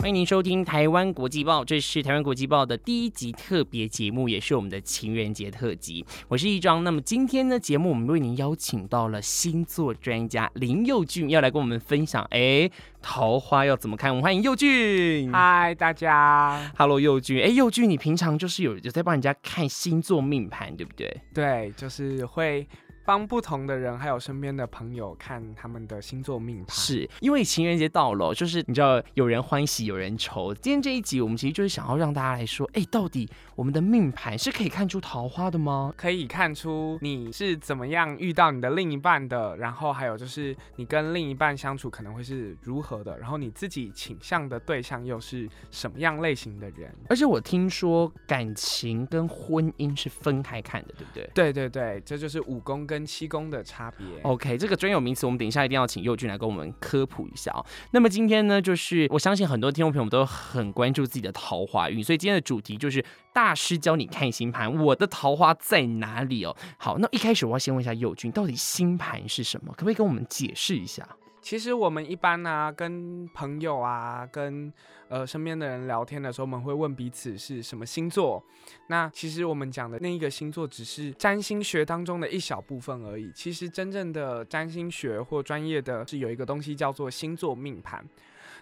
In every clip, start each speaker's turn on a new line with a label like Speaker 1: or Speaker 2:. Speaker 1: 欢迎您收听《台湾国际报》，这是《台湾国际报》的第一集特别节目，也是我们的情人节特辑。我是一张。那么今天呢，节目我们为您邀请到了星座专家林佑俊，要来跟我们分享，哎，桃花要怎么看？我们欢迎佑俊。
Speaker 2: 嗨，大家，
Speaker 1: Hello，佑俊。哎，佑俊，你平常就是有有在帮人家看星座命盘，对不对？
Speaker 2: 对，就是会帮不同的人，还有身边的朋友看他们的星座命盘。，
Speaker 1: 是因为情人节到了哦，就是你知道有人欢喜有人愁。今天这一集，我们其实就是想要让大家来说，哎，到底我们的命盘是可以看出桃花的吗？
Speaker 2: 可以看出你是怎么样遇到你的另一半的，然后还有就是你跟另一半相处可能会是如何的，然后你自己倾向的对象又是什么样类型的人。
Speaker 1: 而且我听说感情跟婚姻是分开看的，对不对
Speaker 2: 对对对，这就是五宫跟七宫的差别。
Speaker 1: ？OK，这个专有名词我们等一下一定要请佑俊来跟我们科普一下哦。那么今天呢，就是我相信很多听众朋友们都很关注自己的桃花运，所以今天的主题就是大师教你看星盘，我的桃花在哪里哦？好，那一开始我要先问一下佑俊，到底星盘是什么？可不可以跟我们解释一下？
Speaker 2: 其实我们一般啊，跟朋友啊，跟呃身边的人聊天的时候，我们会问彼此是什么星座。那其实我们讲的那一个星座，只是占星学当中的一小部分而已。其实真正的占星学或专业的是有一个东西叫做星座命盘。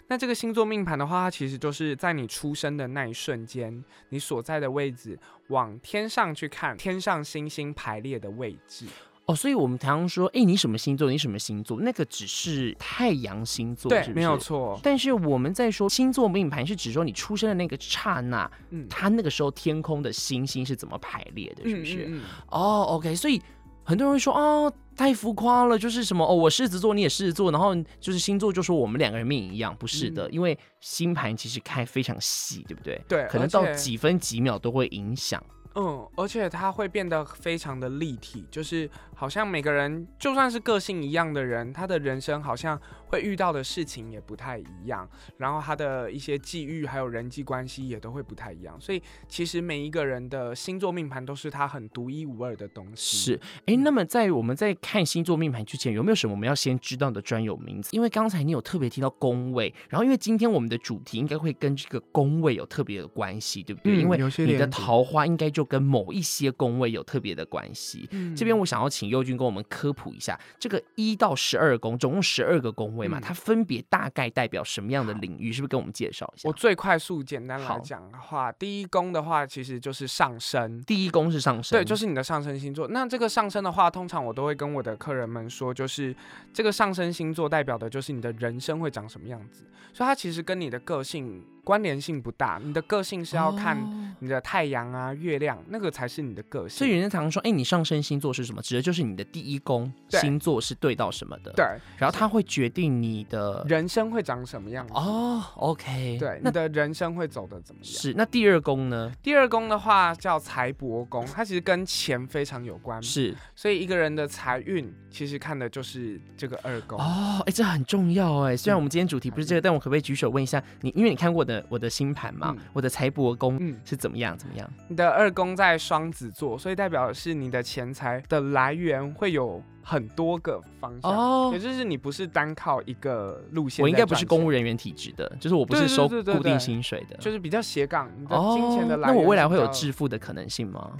Speaker 2: 那这个星座命盘的话，它其实就是在你出生的那一瞬间，你所在的位置往天上去看，天上星星排列的位置。
Speaker 1: 哦，所以我们常常说，哎，你什么星座？你什么星座？那个只是太阳星座，
Speaker 2: 对
Speaker 1: 是，不
Speaker 2: 没有
Speaker 1: 是
Speaker 2: 错。
Speaker 1: 但是我们在说星座命盘，是指说你出生的那个刹那，
Speaker 2: 嗯，
Speaker 1: 它那个时候天空的星星是怎么排列的，是不是？
Speaker 2: 嗯嗯嗯
Speaker 1: 哦、o k 所以很多人会说，哦，太浮夸了，就是什么哦，我狮子座，你也狮子座，然后就是星座就说我们两个人命一样，不是的，
Speaker 2: 嗯
Speaker 1: 因为星盘其实看非常细，对不对？
Speaker 2: 对，
Speaker 1: 可能
Speaker 2: 而
Speaker 1: 到
Speaker 2: 且
Speaker 1: 几分几秒都会影响。
Speaker 2: 嗯，而且它会变得非常的立体，就是好像每个人就算是个性一样的人，他的人生好像会遇到的事情也不太一样，然后他的一些际遇还有人际关系也都会不太一样，所以其实每一个人的星座命盘都是他很独一无二的东西。
Speaker 1: 是，哎，那么在我们在看星座命盘之前，有没有什么我们要先知道的专有名词？因为刚才你有特别提到宫位，然后因为今天我们的主题应该会跟这个宫位有特别的关系，对不对？
Speaker 2: 嗯
Speaker 1: 因为
Speaker 2: 有些
Speaker 1: 你的
Speaker 2: 连结
Speaker 1: 桃花应该就跟某一些宫位有特别的关系。
Speaker 2: 嗯
Speaker 1: 这边我想要请佑君跟我们科普一下，这个一到十二宫，总共十二个宫位嘛，
Speaker 2: 嗯
Speaker 1: 它分别大概代表什么样的领域？是不是跟我们介绍一下
Speaker 2: 我？最快速简单
Speaker 1: 好
Speaker 2: 来讲的话，第一宫的话其实就是上升，
Speaker 1: 第一宫是上升，
Speaker 2: 对，就是你的上升星座。那这个上升的话，通常我都会跟我的客人们说，就是这个上升星座代表的就是你的人生会长什么样子，所以它其实跟你的个性关联性不大。你的个性是要看
Speaker 1: 哦
Speaker 2: 你的太阳啊、月亮，那个才是你的个
Speaker 1: 所以
Speaker 2: 性。
Speaker 1: 人家常说，哎、你上升星座是什么？指的就是你的第一宫
Speaker 2: 对
Speaker 1: 星座是对到什么的。，
Speaker 2: 对，
Speaker 1: 然后它会决定你的
Speaker 2: 人生会长什么样子？
Speaker 1: 哦，OK，
Speaker 2: 对，你
Speaker 1: 那
Speaker 2: 的人生会走的怎么样？
Speaker 1: 是那第二宫呢？
Speaker 2: 第二宫的话叫财帛宫，它其实跟钱非常有关，
Speaker 1: 是
Speaker 2: 所以一个人的财运其实看的就是这个二宫。
Speaker 1: 哦，哎，这很重要哎。虽然
Speaker 2: 嗯
Speaker 1: 我们今天主题不是这个，但我可不可以举手问一下你？因为你看过我的我的星盘嘛，
Speaker 2: 嗯
Speaker 1: 我的财帛宫
Speaker 2: 嗯，
Speaker 1: 是怎么样怎么样？
Speaker 2: 你的二宫在双子座，所以代表的是你的钱财的来源会有很多个方向，
Speaker 1: 哦
Speaker 2: 也，就是你不是单靠一个路线。
Speaker 1: 我应该不是公务，人员体质的，就是我不是
Speaker 2: 对对
Speaker 1: 收
Speaker 2: 对对
Speaker 1: 固定
Speaker 2: 对
Speaker 1: 薪水的。
Speaker 2: 就是比较斜杠。你的
Speaker 1: 哦
Speaker 2: 金钱的，来源、
Speaker 1: 那我未来会有致？富的可能性吗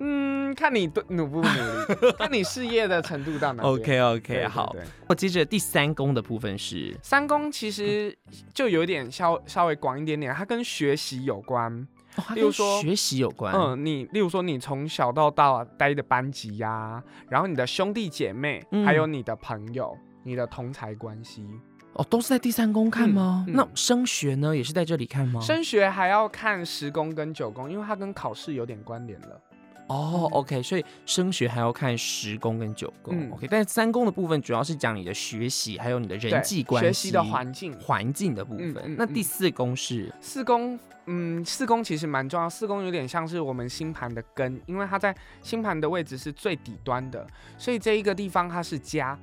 Speaker 2: 嗯，看你多努不努力，看你事业的程度到哪边。对对
Speaker 1: OK，
Speaker 2: 对
Speaker 1: 好。我接着第三宫的部分是
Speaker 2: 三宫其实就有点稍稍微广一点点，它跟学习有关。
Speaker 1: 哦，它
Speaker 2: 例如
Speaker 1: 跟
Speaker 2: 说
Speaker 1: 学习有关。
Speaker 2: 嗯，你例如说你从小到大待的班级呀、然后你的兄弟姐妹，
Speaker 1: 嗯
Speaker 2: 还有你的朋友，你的同才关系，
Speaker 1: 哦，都是在第三宫看吗？
Speaker 2: 嗯嗯
Speaker 1: 那升学呢，也是在这里看吗？
Speaker 2: 升学还要看十宫跟九宫，因为它跟考试有点关联了。
Speaker 1: 哦，OK，所以升学还要看十宫跟九宫、
Speaker 2: 嗯
Speaker 1: o k 但是三宫的部分主要是讲你的学习，还有你的人
Speaker 2: 对
Speaker 1: 际关系、
Speaker 2: 学习的环境。
Speaker 1: 环境的部分。
Speaker 2: 嗯嗯
Speaker 1: 那第四宫是
Speaker 2: 四宫，嗯，四宫其实蛮重要。四宫有点像是我们星盘的根，因为它在星盘的位置是最底端的，所以这一个地方它是家，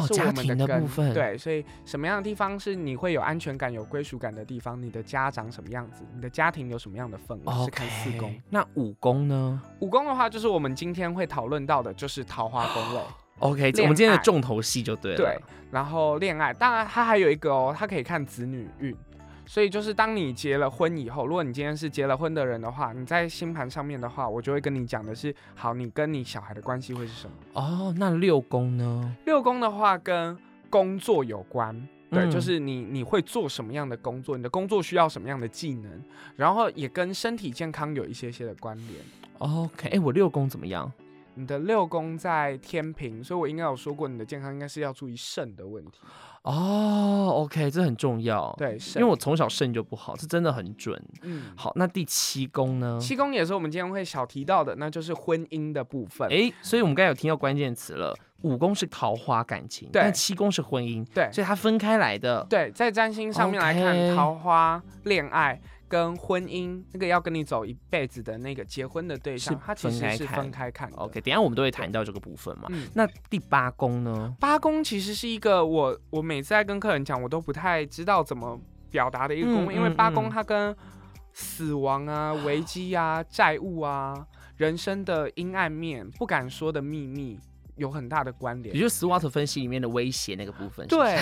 Speaker 1: 哦，
Speaker 2: 啊是
Speaker 1: 家
Speaker 2: 我们
Speaker 1: 庭的
Speaker 2: 根。
Speaker 1: 部分。，
Speaker 2: 对，所以什么样的地方是你会有安全感、有归属感的地方？你的家长什么样子？你的家庭有什么样的氛围？是看四宫
Speaker 1: OK。。那五宫呢
Speaker 2: 五宫的话，就是我们今天会讨论到的，就是桃花宫
Speaker 1: 哦
Speaker 2: 位。
Speaker 1: ？OK，
Speaker 2: 恋
Speaker 1: 我们今天的
Speaker 2: 爱
Speaker 1: 重头戏就对了。
Speaker 2: 对，然后恋爱，当然它还有一个哦，它可以看子女运，所以就是当你结了婚以后，如果你今天是结了婚的人的话，你在星盘上面的话，我就会跟你讲的是，好，你跟你小孩的关系会是什么？
Speaker 1: 哦，那六宫呢？
Speaker 2: 六宫的话跟工作有关。对，
Speaker 1: 嗯
Speaker 2: 就是你你会做什么样的工作，你的工作需要什么样的技能，然后也跟身体健康有一些些的关联。
Speaker 1: OK，哎、我六宫怎么样？
Speaker 2: 你的六宫在天平，所以我应该有说过，你的健康应该是要注意肾的问题。
Speaker 1: 哦，OK，这很重要。，
Speaker 2: 对，
Speaker 1: 哦因
Speaker 2: 肾
Speaker 1: 为我从小肾就不好，这真的很准。
Speaker 2: 嗯，
Speaker 1: 好，那第七宫呢？
Speaker 2: 七宫也是我们今天会小提到的，那就是婚姻的部分。
Speaker 1: 哎、所以我们刚才有听到关键词了，五宫是桃花感情，
Speaker 2: 对
Speaker 1: 但七宫是婚姻，
Speaker 2: 对
Speaker 1: 所以它分开来的。
Speaker 2: 对，在占星上面来看
Speaker 1: OK
Speaker 2: 桃花、恋爱跟婚姻，那个要跟你走一辈子的那个结婚的对象
Speaker 1: 是，
Speaker 2: 它其
Speaker 1: 分
Speaker 2: 实
Speaker 1: 开
Speaker 2: 是
Speaker 1: 看
Speaker 2: 分开看的。
Speaker 1: OK，等一下我们都会谈到这个部分嘛。
Speaker 2: 嗯，
Speaker 1: 那第八宫呢？
Speaker 2: 八宫其实是一个我我每次在跟客人讲，我都不太知道怎么表达的一个宫
Speaker 1: 嗯
Speaker 2: 位，因为
Speaker 1: 嗯
Speaker 2: 八
Speaker 1: 嗯
Speaker 2: 宫它跟死亡啊、危机啊、债务啊、人生的阴暗面、不敢说的秘密有很大的关联
Speaker 1: 也。就是 SWOT 分析里面的威胁那个部分。是不是
Speaker 2: 对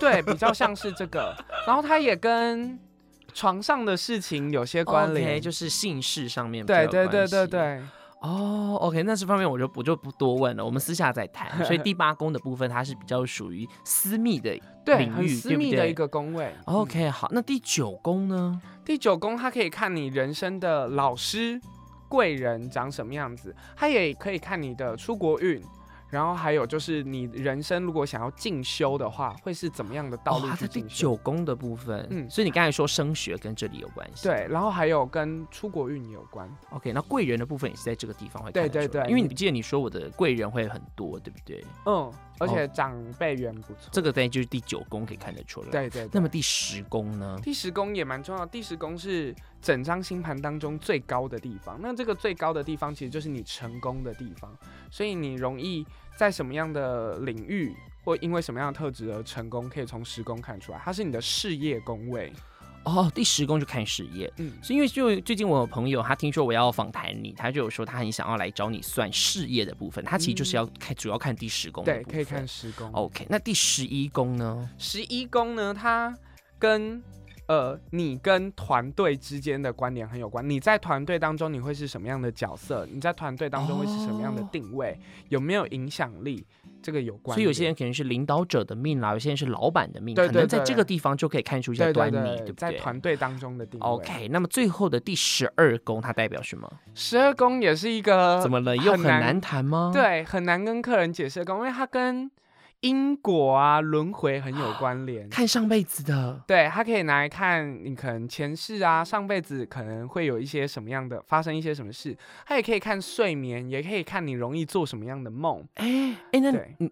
Speaker 2: 对，比较像是这 个，然后它也跟床上的事情有些关联
Speaker 1: 哦 OK，就是姓氏上面比较
Speaker 2: 对
Speaker 1: 有
Speaker 2: 对对
Speaker 1: 关系
Speaker 2: 对。对，
Speaker 1: 哦、o k 那这方面我就我就不多问了，我们私下再谈。所以第八宫的部分，它是比较属于私密 的。
Speaker 2: 对
Speaker 1: 领
Speaker 2: 很
Speaker 1: 域
Speaker 2: 私
Speaker 1: 对不
Speaker 2: 密的
Speaker 1: 对
Speaker 2: 一个宫位。嗯
Speaker 1: OK，好，那第九宫呢？
Speaker 2: 第九宫它可以看你人生的老师、贵人长什么样子，它也可以看你的出国运。然后还有就是，你人生如果想要进修的话，会是怎么样的道
Speaker 1: 哦，
Speaker 2: 路
Speaker 1: 它
Speaker 2: 去
Speaker 1: 在第
Speaker 2: 进修？
Speaker 1: 九宫的部分。嗯，
Speaker 2: 嗯
Speaker 1: 所以你刚才说升学跟这里有关系。
Speaker 2: 对，然后还有跟出国运有关。
Speaker 1: OK，那贵人的部分也是在这个地方会
Speaker 2: 对
Speaker 1: 看得
Speaker 2: 对
Speaker 1: 出来
Speaker 2: 对嗯
Speaker 1: 因为
Speaker 2: 你
Speaker 1: 你记得你说我的贵人会很多，对不对？
Speaker 2: 嗯，而且长辈缘不错。
Speaker 1: 哦这个在就是第九宫可以看得出来。。
Speaker 2: 对对对
Speaker 1: 那么第十宫呢？
Speaker 2: 第十宫也蛮重要，第十宫是整张星盘当中最高的地方。那这个最高的地方其实就是你成功的地方，所以你容易在什么样的领域或因为什么样的特质而成功，可以从十宫看出来。它是你的事业宫位，
Speaker 1: 哦，第十宫就看事业。
Speaker 2: 嗯，
Speaker 1: 是因为就最近我有朋友，他听说我要访谈你，他就有说他很想要来找你算事业的部分，他其实就是要看、主要看第十宫的
Speaker 2: 嗯对，
Speaker 1: 部
Speaker 2: 可以
Speaker 1: 分哦
Speaker 2: 看。十宫。
Speaker 1: OK，那第十一宫呢？
Speaker 2: 十一宫呢，它跟呃你跟团队之间的关联很有关。你在团队当中你会是什么样的角色？你在团队当中会是什么样的
Speaker 1: 哦
Speaker 2: 定位？有没有影响力？这个有关
Speaker 1: 所
Speaker 2: 联。
Speaker 1: 以有些人可能是领导者的命啦，有些人是老板的命，
Speaker 2: 对
Speaker 1: 可能
Speaker 2: 对
Speaker 1: 在
Speaker 2: 对
Speaker 1: 这个地方就可以看出一些
Speaker 2: 对
Speaker 1: 端
Speaker 2: 对
Speaker 1: 倪，不
Speaker 2: 对，
Speaker 1: 对？
Speaker 2: 在团队当中的定位。
Speaker 1: OK，那么最后的第十二宫它代表什么？
Speaker 2: 十二宫也是一个
Speaker 1: 怎么了？又很
Speaker 2: 难
Speaker 1: 难谈吗？，
Speaker 2: 对呃很难跟客人解释的宫，因为它跟因果啊轮回很有关联。
Speaker 1: 看上辈子的。
Speaker 2: 对，它可以拿来看你可能前世啊，上辈子可能会有一些什么样的发生一些什么事，它也可以看睡眠，也可以看你容易做什么样的梦。
Speaker 1: 哎哎，那
Speaker 2: 对
Speaker 1: 你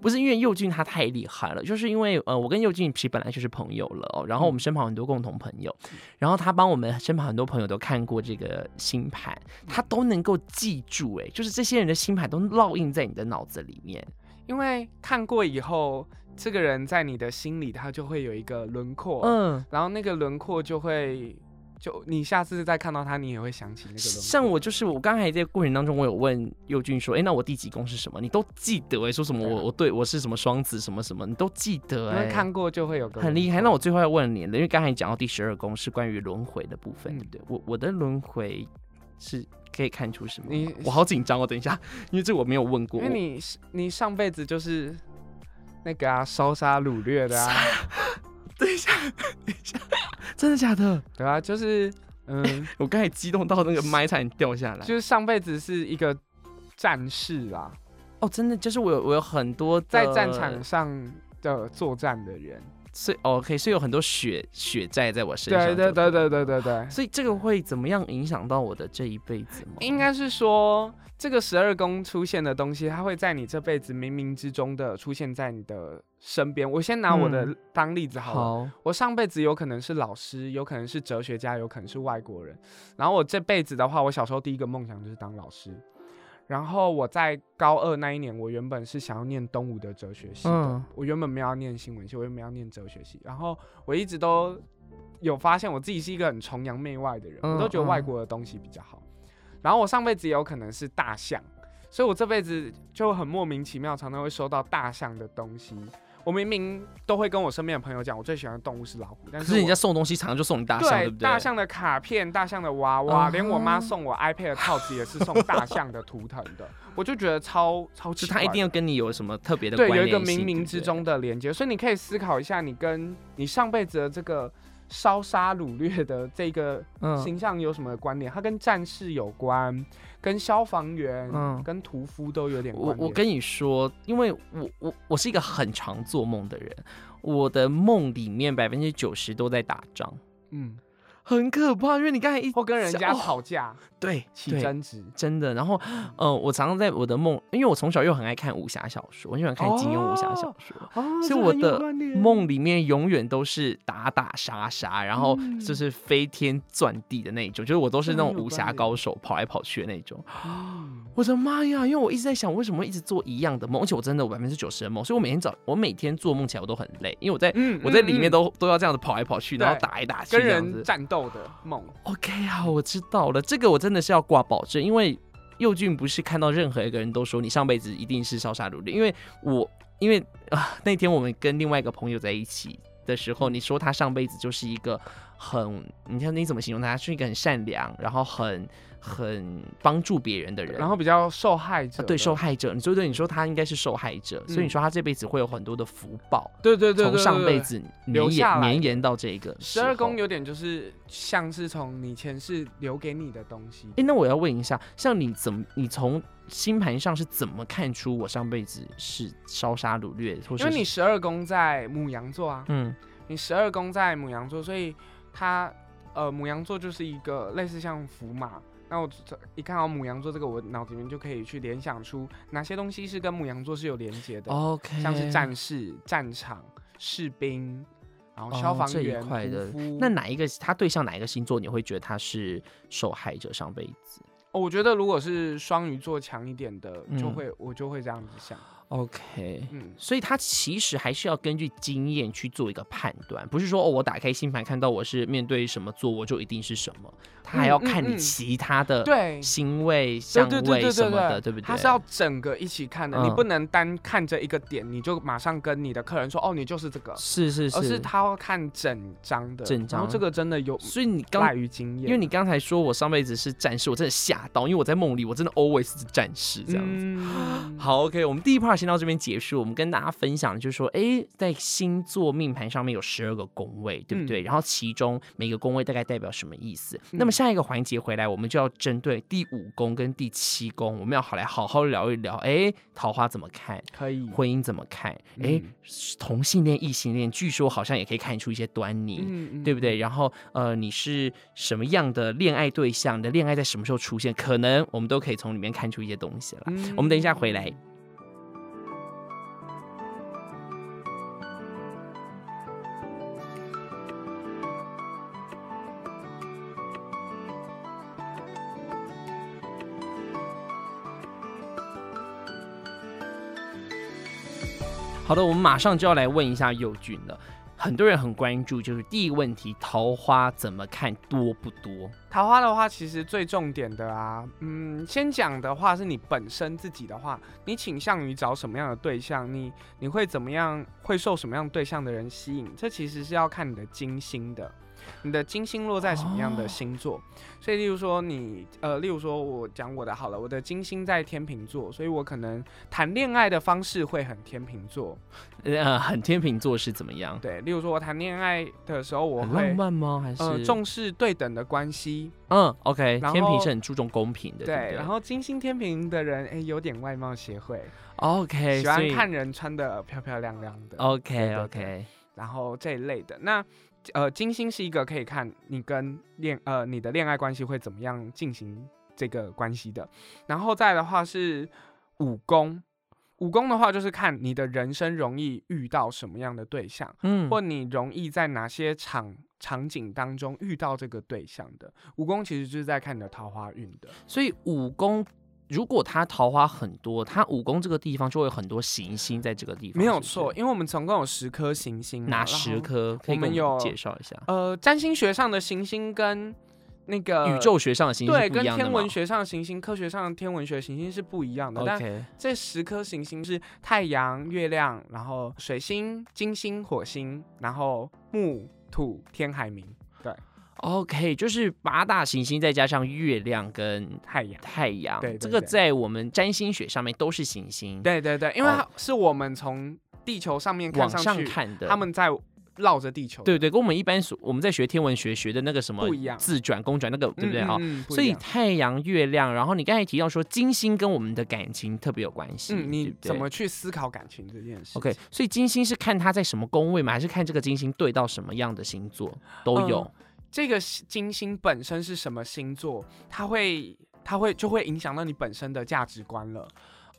Speaker 1: 不是因为佑俊他太厉害了，就是因为呃，我跟佑俊其实本来就是朋友了哦，
Speaker 2: 嗯
Speaker 1: 然后我们身旁很多共同朋友，然后他帮我们身旁很多朋友都看过这个星盘，
Speaker 2: 嗯
Speaker 1: 他都能够记住，哎，就是这些人的星盘都烙印在你的脑子里面。
Speaker 2: 因为看过以后，这个人在你的心里，他就会有一个轮廓，
Speaker 1: 嗯，
Speaker 2: 然后那个轮廓就会，就你下次再看到他，你也会想起那个轮廓。
Speaker 1: 像我就是我刚才在过程当中，我有问佑俊说，哎，那我第几宫是什么？你都记得哎，说什么
Speaker 2: 对啊
Speaker 1: 我我对我是什么双子什么什么，你都记得
Speaker 2: 因
Speaker 1: 哎
Speaker 2: 为。看过就会有个
Speaker 1: 很厉害。
Speaker 2: 轮
Speaker 1: 那
Speaker 2: 廓
Speaker 1: 我最后要问你了，因为刚才讲到第十二宫是关于轮回的部分，
Speaker 2: 嗯
Speaker 1: 对不对？我我的轮回是可以看出什么吗？
Speaker 2: 你
Speaker 1: 我好紧张哦，等一下，因为这我没有问过。
Speaker 2: 因为你是你上辈子就是那个啊，烧杀掳掠的啊，
Speaker 1: 我真的假的？
Speaker 2: 对啊，就是 嗯，
Speaker 1: 我刚才激动到那个麦差点掉下来。
Speaker 2: 就是上辈子是一个战士啦，
Speaker 1: 哦，真的，就是我有我有很多
Speaker 2: 在战场，上的作战的人。
Speaker 1: 所以哦 OK，所以有很多血血债在我身上。
Speaker 2: 对对对对对
Speaker 1: 对。
Speaker 2: 对对，
Speaker 1: 所以这个会怎么样影响到我的这一辈子吗？
Speaker 2: 应该是说这个十二宫出现的东西，它会在你这辈子冥冥之中的出现在你的身边。我先拿我的
Speaker 1: 嗯
Speaker 2: 当例子好了，
Speaker 1: 好，
Speaker 2: 我上辈子有可能是老师，有可能是哲学家，有可能是外国人。然后我这辈子的话，我小时候第一个梦想就是当老师。然后我在高二那一年，我原本是想要念东吴的哲学系的，
Speaker 1: 嗯
Speaker 2: 我原本没有要念新闻系，我原本要念哲学系。然后我一直都有发现我自己是一个很崇洋媚外的人，
Speaker 1: 嗯
Speaker 2: 我都觉得
Speaker 1: 嗯
Speaker 2: 外国的东西比较好。然后我上辈子也有可能是大象，所以我这辈子就很莫名其妙，常常会收到大象的东西。我明明都会跟我身边的朋友讲，我最喜欢的动物是老虎，但
Speaker 1: 可
Speaker 2: 是
Speaker 1: 是
Speaker 2: 我
Speaker 1: 人家送东西常常就送你大象，对
Speaker 2: 对
Speaker 1: 不对？
Speaker 2: 大象的卡片、大象的娃
Speaker 1: 嗯
Speaker 2: 娃，
Speaker 1: 哼
Speaker 2: 连我妈送我 iPad 的套子也是送大象的图腾的，我就觉得超超
Speaker 1: 就
Speaker 2: 奇
Speaker 1: 他
Speaker 2: 怪
Speaker 1: 一
Speaker 2: 的。
Speaker 1: 定要跟你有什么特别的
Speaker 2: 对
Speaker 1: 关
Speaker 2: 有
Speaker 1: 联
Speaker 2: 一个
Speaker 1: 性
Speaker 2: 冥冥之，中的连接，所以你可以思考一下，你跟你上辈子的这个烧杀掳掠的这个
Speaker 1: 对不对嗯，
Speaker 2: 形象有什么关联？它跟战士有关，跟消防员、
Speaker 1: 嗯
Speaker 2: 跟屠夫都有点关
Speaker 1: 我
Speaker 2: 联。
Speaker 1: 我跟你说，因为我我我是一个很常做梦的人，我的梦里面百分之九十都在打仗，
Speaker 2: 嗯，
Speaker 1: 很可怕。因为你刚才一
Speaker 2: 或跟人家
Speaker 1: 哦
Speaker 2: 吵架、
Speaker 1: 对
Speaker 2: 起
Speaker 1: 对
Speaker 2: 争执。
Speaker 1: 真的。然后，呃，我常常在我的梦，因为我从小又很爱看武侠小说，我很喜欢看金庸武侠小说。
Speaker 2: 哦
Speaker 1: 所以啊我的梦里面永远都是打打杀杀，然后
Speaker 2: 嗯
Speaker 1: 就是飞天钻地的那一种，就是我都是那种武侠高手跑来跑去的那种。
Speaker 2: 哦
Speaker 1: 我的妈呀！因为我一直在想，为什么一直做一样的梦，而且我真的我百分之九十的梦，所以我每天早我每天做梦起来我都很累，因为我在、
Speaker 2: 嗯
Speaker 1: 我在
Speaker 2: 嗯
Speaker 1: 里面
Speaker 2: 嗯
Speaker 1: 都、都要这样子跑来跑去，然后
Speaker 2: 对
Speaker 1: 打来打去
Speaker 2: 跟
Speaker 1: 这样子
Speaker 2: 人。战斗的梦，
Speaker 1: OK 啊，我知道了，这个我真的是要挂保证，因为佑俊不是看到任何一个人都说你上辈子一定是烧杀掳掠，因为我因为啊那天我们跟另外一个朋友在一起的时
Speaker 2: 嗯
Speaker 1: 候，你说他上辈子就是一个很，你看你怎么形容他？是一个很善良，然后很很帮助别人的人，
Speaker 2: 然后比较受害者
Speaker 1: 啊
Speaker 2: 的、
Speaker 1: 对受害者，你所以对你说他应该是受害者，所以你说他这辈子会有很多的福报，
Speaker 2: 对嗯对对，
Speaker 1: 从上辈子
Speaker 2: 留
Speaker 1: 绵
Speaker 2: 下
Speaker 1: 延
Speaker 2: 来
Speaker 1: 绵延到这个
Speaker 2: 十二宫
Speaker 1: 有。
Speaker 2: 有点就是像是从你前世留给你的东西
Speaker 1: 哎、，那我要问一下，像你怎么，你从星盘上是怎么看出我上辈子是烧杀掳掠，或
Speaker 2: 因
Speaker 1: 是
Speaker 2: 为你十二宫在母羊座啊，
Speaker 1: 嗯
Speaker 2: 你十二宫在母羊座，所以它呃母羊座就是一个类似像符码。那我这一看到母羊座这个，我脑子里面就可以去联想出哪些东西是跟母羊座是有连接的，
Speaker 1: 哦，OK，
Speaker 2: 像是战士、战场、士兵，然后消
Speaker 1: 哦
Speaker 2: 防
Speaker 1: 这一
Speaker 2: 员、
Speaker 1: 块
Speaker 2: 屠
Speaker 1: 的
Speaker 2: 夫
Speaker 1: 那哪一个他对象哪一个星座你会觉得他是受害者上辈子
Speaker 2: 哦，我觉得如果是双鱼座强一点的，就
Speaker 1: 嗯
Speaker 2: 会、我就会这样子想，
Speaker 1: ？OK，
Speaker 2: 嗯，
Speaker 1: 所以他其实还是要根据经验去做一个判断，不是说哦我打开星盘看到我是面对什么座我就一定是什么，他还要看
Speaker 2: 嗯嗯
Speaker 1: 你
Speaker 2: 嗯
Speaker 1: 其他的
Speaker 2: 对。
Speaker 1: 星位、
Speaker 2: 对
Speaker 1: 相
Speaker 2: 对对
Speaker 1: 位
Speaker 2: 对
Speaker 1: 什
Speaker 2: 对
Speaker 1: 么的，对
Speaker 2: 对，
Speaker 1: 不对？
Speaker 2: 它是要整个一起看的，你
Speaker 1: 嗯
Speaker 2: 不能单看这一个点，你就马上跟你的客人说，哦，你就是这个，
Speaker 1: 是是
Speaker 2: 而是他要看整张的，
Speaker 1: 整
Speaker 2: 然后
Speaker 1: 张
Speaker 2: 这个真的有
Speaker 1: 所以你刚
Speaker 2: 赖于经验，
Speaker 1: 因为你刚才说我上辈子是战士，我真的吓到，因为我在梦里我真的 always 是战士这样子。
Speaker 2: 嗯
Speaker 1: 好，OK，我们第一 part 先到这边结束。我们跟大家分享，就是说，哎，在星座命盘上面有十二个宫位，
Speaker 2: 嗯
Speaker 1: 对不对？然后其中每个宫位大概代表什么意思？那么下一个环节回来，我们就要针对第五宫跟第七宫，我们要好来好好聊一聊，哎，桃花怎么看？
Speaker 2: 可以，
Speaker 1: 婚姻怎么看？哎、
Speaker 2: 嗯
Speaker 1: 同性恋、异性恋，据说好像也可以看出一些端倪。
Speaker 2: 嗯
Speaker 1: 对不？对？然后呃，你是什么样的恋爱对象？你的恋爱在什么时候出现？可能我们都可以从里面看出一些东西了。
Speaker 2: 嗯
Speaker 1: 我们等一下回来。好的，我们马上就要来问一下佑俊了。很多人很关注，就是第一个问题，桃花怎么看多不多？
Speaker 2: 桃花的话，其实最重点的啊，嗯，先讲的话是你本身自己的话，你倾向于找什么样的对象，你你会怎么样，会受什么样对象的人吸引，这其实是要看你的金星的，你的金星落在什么样的星座。
Speaker 1: 哦
Speaker 2: 所以，例如说你，呃，例如说我讲我的好了，我的金星在天秤座，所以我可能谈恋爱的方式会很天秤座。
Speaker 1: 呃，很天秤座是怎么样？
Speaker 2: 对，例如说我谈恋爱的时候，我
Speaker 1: 很浪
Speaker 2: 会
Speaker 1: 漫吗？还是、
Speaker 2: 呃重视对等的关系。
Speaker 1: 嗯，OK，
Speaker 2: 然后
Speaker 1: 天平是很注重公平的，对不
Speaker 2: 对，然后金星天平的人，哎，有点外貌协会，
Speaker 1: OK，
Speaker 2: 喜
Speaker 1: 所
Speaker 2: 欢
Speaker 1: 以哦
Speaker 2: 看人穿的漂漂亮亮的，
Speaker 1: OK
Speaker 2: 对
Speaker 1: OK，
Speaker 2: 然后这一类的。那呃，金星是一个可以看你跟恋呃你的恋爱关系会怎么样进行这个关系的。然后再的话是五宫，五宫的话就是看你的人生容易遇到什么样的对象。
Speaker 1: 嗯
Speaker 2: 或你容易在哪些场场景当中遇到这个对象的五宫，其实就是在看你的桃花运的。
Speaker 1: 所以武功。如果他桃花很多，他武功这个地方就会有很多行星在这个地方，
Speaker 2: 没有
Speaker 1: 是不是
Speaker 2: 错，，因为我们总共有十颗行星嘛，
Speaker 1: 哪
Speaker 2: 然
Speaker 1: 十
Speaker 2: 后？
Speaker 1: 颗可以跟
Speaker 2: 我们
Speaker 1: 我
Speaker 2: 有
Speaker 1: 们介绍一下？
Speaker 2: 呃，占星学上的行星跟那个
Speaker 1: 宇宙学上的行星
Speaker 2: 对
Speaker 1: 是不
Speaker 2: 跟
Speaker 1: 一样的
Speaker 2: 天
Speaker 1: 吗
Speaker 2: 文学上的行星、科学上的天文学的行星是不一样的。但
Speaker 1: ？OK，
Speaker 2: 这十颗行星是太阳、月亮，然后水星、金星、火星，然后木、土、天、海冥、
Speaker 1: OK，就是八大行星再加上月亮跟
Speaker 2: 太阳。
Speaker 1: 太阳，
Speaker 2: 对对
Speaker 1: 这个
Speaker 2: 对
Speaker 1: 在我们占星学上面都是行星。
Speaker 2: 对对对，因为
Speaker 1: 哦
Speaker 2: 它是我们从地球上面看
Speaker 1: 往
Speaker 2: 上
Speaker 1: 上
Speaker 2: 去，
Speaker 1: 看的，
Speaker 2: 他们在绕着地球，
Speaker 1: 对对，跟我们一般所我们在学天文学学的那个什么
Speaker 2: 不一样
Speaker 1: 自转、公转那个，对不对啊？
Speaker 2: 嗯嗯嗯不
Speaker 1: 所
Speaker 2: 一
Speaker 1: 以
Speaker 2: 样
Speaker 1: 太阳、月亮，然后你刚才提到说金星跟我们的感情特别有关系，
Speaker 2: 嗯，
Speaker 1: 对
Speaker 2: 你
Speaker 1: 不对
Speaker 2: 怎么去思考感情这件事情
Speaker 1: OK，所以金星是看它在什么宫位吗？还是看这个金星对到什么样的星座都有？
Speaker 2: 嗯这个金星本身是什么星座，它会它会就会影响到你本身的价值观了。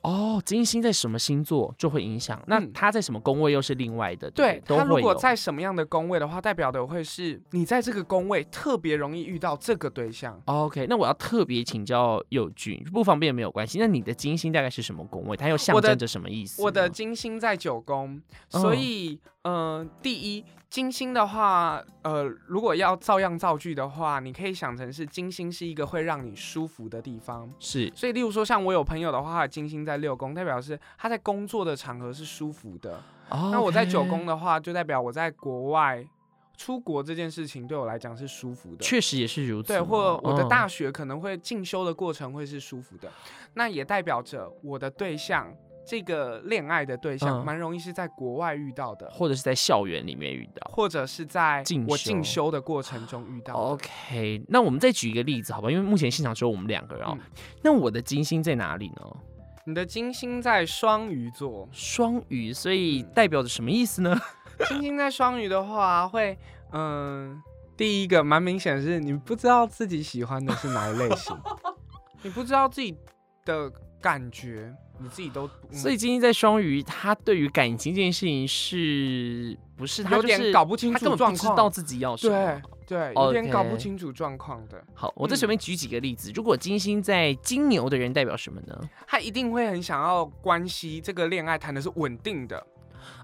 Speaker 1: 哦，金星在什么星座就会影响，那
Speaker 2: 嗯
Speaker 1: 它在什么宫位又是另外的，
Speaker 2: 对
Speaker 1: 不
Speaker 2: 它
Speaker 1: 都
Speaker 2: 如
Speaker 1: 会
Speaker 2: 果
Speaker 1: 有。
Speaker 2: 在什么样的宫位的话，代表的会是你在这个宫位特别容易遇到这个对象。
Speaker 1: OK，那我要特别请教佑俊，不方便没有关系。那你的金星大概是什么宫位？它又象
Speaker 2: 我的
Speaker 1: 征着什么意思呢？
Speaker 2: 我的金星在九宫，
Speaker 1: 哦
Speaker 2: 所以，嗯、呃，第一，金星的话，呃，如果要照样造句的话，你可以想成是金星是一个会让你舒服的地方。
Speaker 1: 是
Speaker 2: 所以，例如说，像我有朋友的话，他的金星在六宫，代表是他在工作的场合是舒服的。
Speaker 1: 哦，
Speaker 2: 那我在九
Speaker 1: OK
Speaker 2: 宫的话，就代表我在国外出国这件事情对我来讲是舒服的。
Speaker 1: 确实也是如此
Speaker 2: 对，
Speaker 1: 嘛。
Speaker 2: 或我的
Speaker 1: 嗯
Speaker 2: 大学可能会进修的过程会是舒服的，那也代表着我的对象，这个恋爱的对象，
Speaker 1: 嗯
Speaker 2: 蛮容易是在国外遇到的，
Speaker 1: 或者是在校园里面遇到。
Speaker 2: 或者是在
Speaker 1: 进
Speaker 2: 我进
Speaker 1: 修哦
Speaker 2: 修的过程中遇到的。
Speaker 1: OK，那我们再举一个例子，好吧？因为目前现场只有我们两个人
Speaker 2: 嗯
Speaker 1: 哦。那我的金星在哪里呢？
Speaker 2: 你的金星在双鱼座，
Speaker 1: 双鱼，所以
Speaker 2: 嗯
Speaker 1: 代表着什么意思呢？
Speaker 2: 金星在双鱼的话，啊会嗯、第一个蛮明显的是你不知道自己喜欢的是哪一类 型，你不知道自己的感觉，你自己都、嗯
Speaker 1: 所以金星在双鱼，他对于感情这件事情是不是他
Speaker 2: 有
Speaker 1: 就是
Speaker 2: 点搞不清
Speaker 1: 他根
Speaker 2: 楚
Speaker 1: 本
Speaker 2: 状
Speaker 1: 不知
Speaker 2: 况。
Speaker 1: 道自己哦要什么
Speaker 2: 对。对，有点搞
Speaker 1: OK
Speaker 2: 不清楚状况的，
Speaker 1: 好，我再
Speaker 2: 嗯
Speaker 1: 随便举几个例子。如果金星在金牛的人代表什么呢
Speaker 2: 他一定会很想要关系，这个恋爱谈的是稳定的，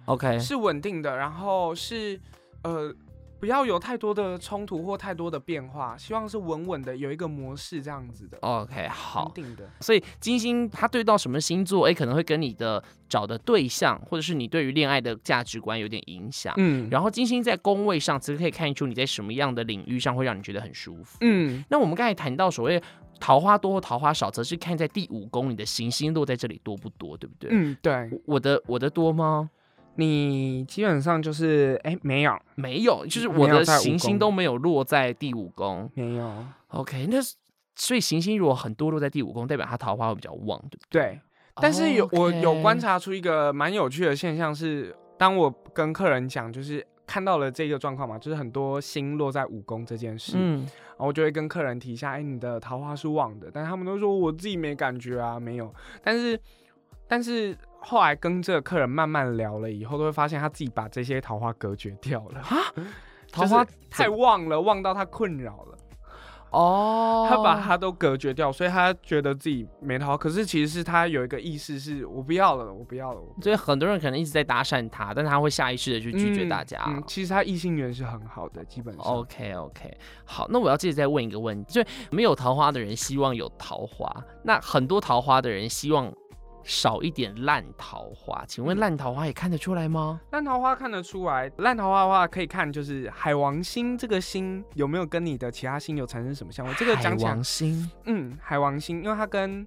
Speaker 1: ？OK，
Speaker 2: 是稳定的，然后是呃，不要有太多的冲突或太多的变化，希望是稳稳的，有一个模式这样子的，
Speaker 1: OK，好
Speaker 2: 稳，定的。
Speaker 1: 所以金星它对到什么星座，哎，可能会跟你的找的对象，或者是你对于恋爱的价值观有点影响。
Speaker 2: 嗯
Speaker 1: 然后金星在宫位上，其实可以看出你在什么样的领域上会让你觉得很舒服。
Speaker 2: 嗯，
Speaker 1: 那我们刚才谈到所谓桃花多或桃花少，则是看在第五宫你的行星落在这里多不多，对不对？
Speaker 2: 嗯，对，
Speaker 1: 我我的我的多吗？
Speaker 2: 你基本上就是哎、没有
Speaker 1: 没有，就是
Speaker 2: 没
Speaker 1: 我
Speaker 2: 有
Speaker 1: 的
Speaker 2: 在五
Speaker 1: 行星
Speaker 2: 宫
Speaker 1: 都没有落在第五宫。
Speaker 2: 没有，
Speaker 1: OK，那是所以行星如果很多落在第五宫，代表它桃花会比较旺，对哦不对？
Speaker 2: 对，哦但是有我有观
Speaker 1: OK
Speaker 2: 察出一个蛮有趣的现象是，当我跟客人讲，就是看到了这个状况嘛，就是很多星落在五宫这件事，
Speaker 1: 嗯，
Speaker 2: 然后我就会跟客人提一下，哎，你的桃花是旺的，但他们都说我自己没感觉啊，没有，但是但是后来跟这个客人慢慢聊了以后，都会发现他自己把这些桃花隔绝掉了，
Speaker 1: 桃花
Speaker 2: 就是太旺了，旺到他困扰了。
Speaker 1: 哦，
Speaker 2: 他把它都隔绝掉，所以他觉得自己没桃花。可是其实是他有一个意识是，我不要了，我不要了，我
Speaker 1: 所以很多人可能一直在搭讪他，但他会下意识的去拒绝大家。哦
Speaker 2: 嗯嗯其实他异性缘是很好的，基本上。
Speaker 1: OK OK，好，那我要接着再问一个问题，就是没有桃花的人希望有桃花，那很多桃花的人希望少一点烂桃花，请
Speaker 2: 嗯
Speaker 1: 问烂桃花也看得出来吗？
Speaker 2: 烂桃花看得出来，烂桃花的话可以看就是海王星这个星有没有跟你的其他星有产生什么相位。这个
Speaker 1: 海
Speaker 2: 讲起来
Speaker 1: 王，星
Speaker 2: 嗯，海王星，因为它跟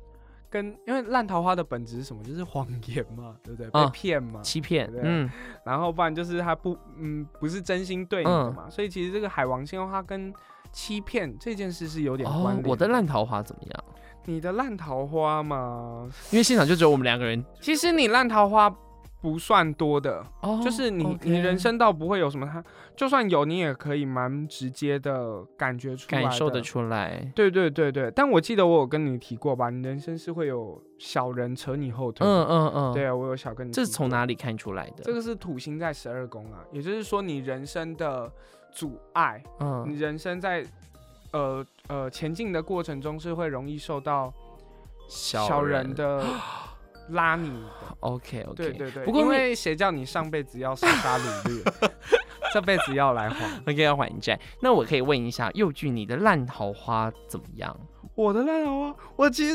Speaker 2: 跟因为烂桃花的本质是什么？就是谎言嘛，对不对？
Speaker 1: 啊
Speaker 2: 被骗嘛。
Speaker 1: 欺骗，
Speaker 2: 对
Speaker 1: 嗯，
Speaker 2: 然后不然就是他不嗯不是真心对你
Speaker 1: 嗯
Speaker 2: 的嘛，所以其实这个海王星的话跟欺骗这件事是有点关
Speaker 1: 哦
Speaker 2: 联、，
Speaker 1: 我的，烂桃花怎么样？
Speaker 2: 你的烂桃花嘛，
Speaker 1: 因为现场就只有我们两个人，
Speaker 2: 其实你烂桃花不算多的，
Speaker 1: 哦，
Speaker 2: 就是你
Speaker 1: OK
Speaker 2: 你人生倒不会有什么它，就算有你也可以蛮直接的感觉出来
Speaker 1: 感受得
Speaker 2: 的。
Speaker 1: 出来，
Speaker 2: 对对对对，但我记得我有跟你提过吧，你人生是会有小人扯你后腿。
Speaker 1: 嗯嗯嗯，，
Speaker 2: 对啊，我有小跟你
Speaker 1: 这是
Speaker 2: 提
Speaker 1: 从
Speaker 2: 过
Speaker 1: 哪里看出来的？
Speaker 2: 这个是土星在十二宫啊，也就是说你人生的阻碍，你
Speaker 1: 嗯，
Speaker 2: 人生在呃呃前进的过程中是会容易受到小人 的拉你的。
Speaker 1: ，OK OK，
Speaker 2: 对对对，
Speaker 1: 不过
Speaker 2: 因
Speaker 1: 你
Speaker 2: 为谁叫你上辈子要杀杀掳掠？ 这辈子要来还。
Speaker 1: OK，要还债。那我可以问一下，佑俊，你的烂桃花怎么样？
Speaker 2: 我的烂桃花，我其实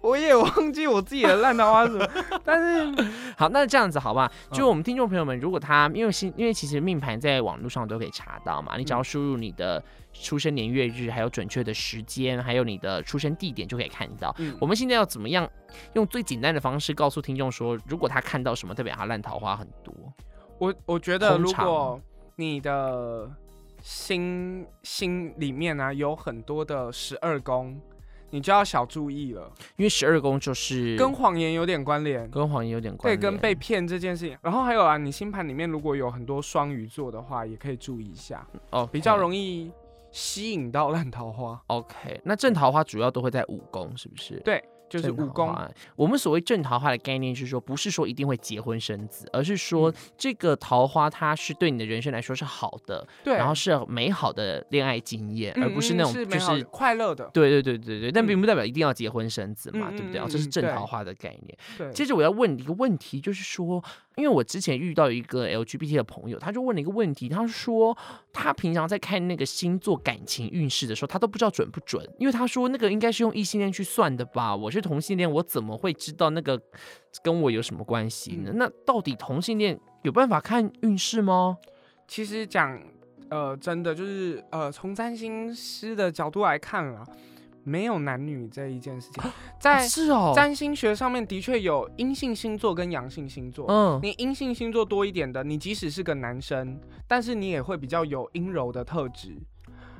Speaker 2: 我也忘记我自己的烂桃花是什么，但是
Speaker 1: 好，那这样子好不好？
Speaker 2: 嗯
Speaker 1: 就我们听众朋友们，如果他因为新，因为其实命盘在网络上都可以查到嘛，你只
Speaker 2: 嗯
Speaker 1: 要输入你的出生年月日，还有准确的时间，还有你的出生地点，就可以看到。
Speaker 2: 嗯
Speaker 1: 我们现在要怎么样用最简单的方式告诉听众说，如果他看到什么，代表他烂桃花很多。
Speaker 2: 我我觉得
Speaker 1: 通
Speaker 2: 如
Speaker 1: 常
Speaker 2: 果你的心心里面呢、有很多的十二宫，你就要小注意了，
Speaker 1: 因为十二宫就是
Speaker 2: 跟谎言有点关联。
Speaker 1: 跟黄有点关联，
Speaker 2: 对，跟被骗这件事情，然后还有啊，你星盘里面如果有很多双鱼座的话，也可以注意一下，
Speaker 1: 哦
Speaker 2: 比较
Speaker 1: 易。
Speaker 2: 容易吸引到 烂桃花。
Speaker 1: OK，那正桃花主要都会在五宫，是不是？
Speaker 2: 对就是
Speaker 1: 正桃
Speaker 2: 武功，
Speaker 1: 花。我们所谓正桃花的概念是说，不是说一定会结婚生子，而是
Speaker 2: 嗯
Speaker 1: 说这个桃花它是对你的人生来说是好的，
Speaker 2: 对，
Speaker 1: 然后是美好的恋爱经验，
Speaker 2: 嗯
Speaker 1: 而不是
Speaker 2: 嗯
Speaker 1: 那种
Speaker 2: 是
Speaker 1: 就
Speaker 2: 美好的
Speaker 1: 是。
Speaker 2: 快乐的。
Speaker 1: 对对对对对，但
Speaker 2: 嗯
Speaker 1: 并不代表一定要结婚生子嘛，
Speaker 2: 嗯
Speaker 1: 对不对？
Speaker 2: 嗯
Speaker 1: 哦
Speaker 2: 嗯
Speaker 1: 这是
Speaker 2: 嗯
Speaker 1: 正
Speaker 2: 对
Speaker 1: 桃花的概念。
Speaker 2: 对，
Speaker 1: 接着我要问一个问题，就是说，因为我之前遇到一个 LGBT 的朋友，他就问了一个问题，他说他平常在看那个星座感情运势的时候，他都不知道准不准，因为他说那个应该是用异性恋去算的吧，我是同性恋，我怎么会知道那个跟我有什么关系
Speaker 2: 嗯
Speaker 1: 呢？那到底同性恋有办法看运势吗？
Speaker 2: 其实讲，呃，真的就是，呃，从占星师的角度来看啊，没有男女这一件事 情，在
Speaker 1: 是哦，
Speaker 2: 占星学上面的确有阴性星座跟阳性星座。
Speaker 1: 嗯，
Speaker 2: 你阴性星座多一点的，你即使是个男生，但是你也会比较有阴柔的特质。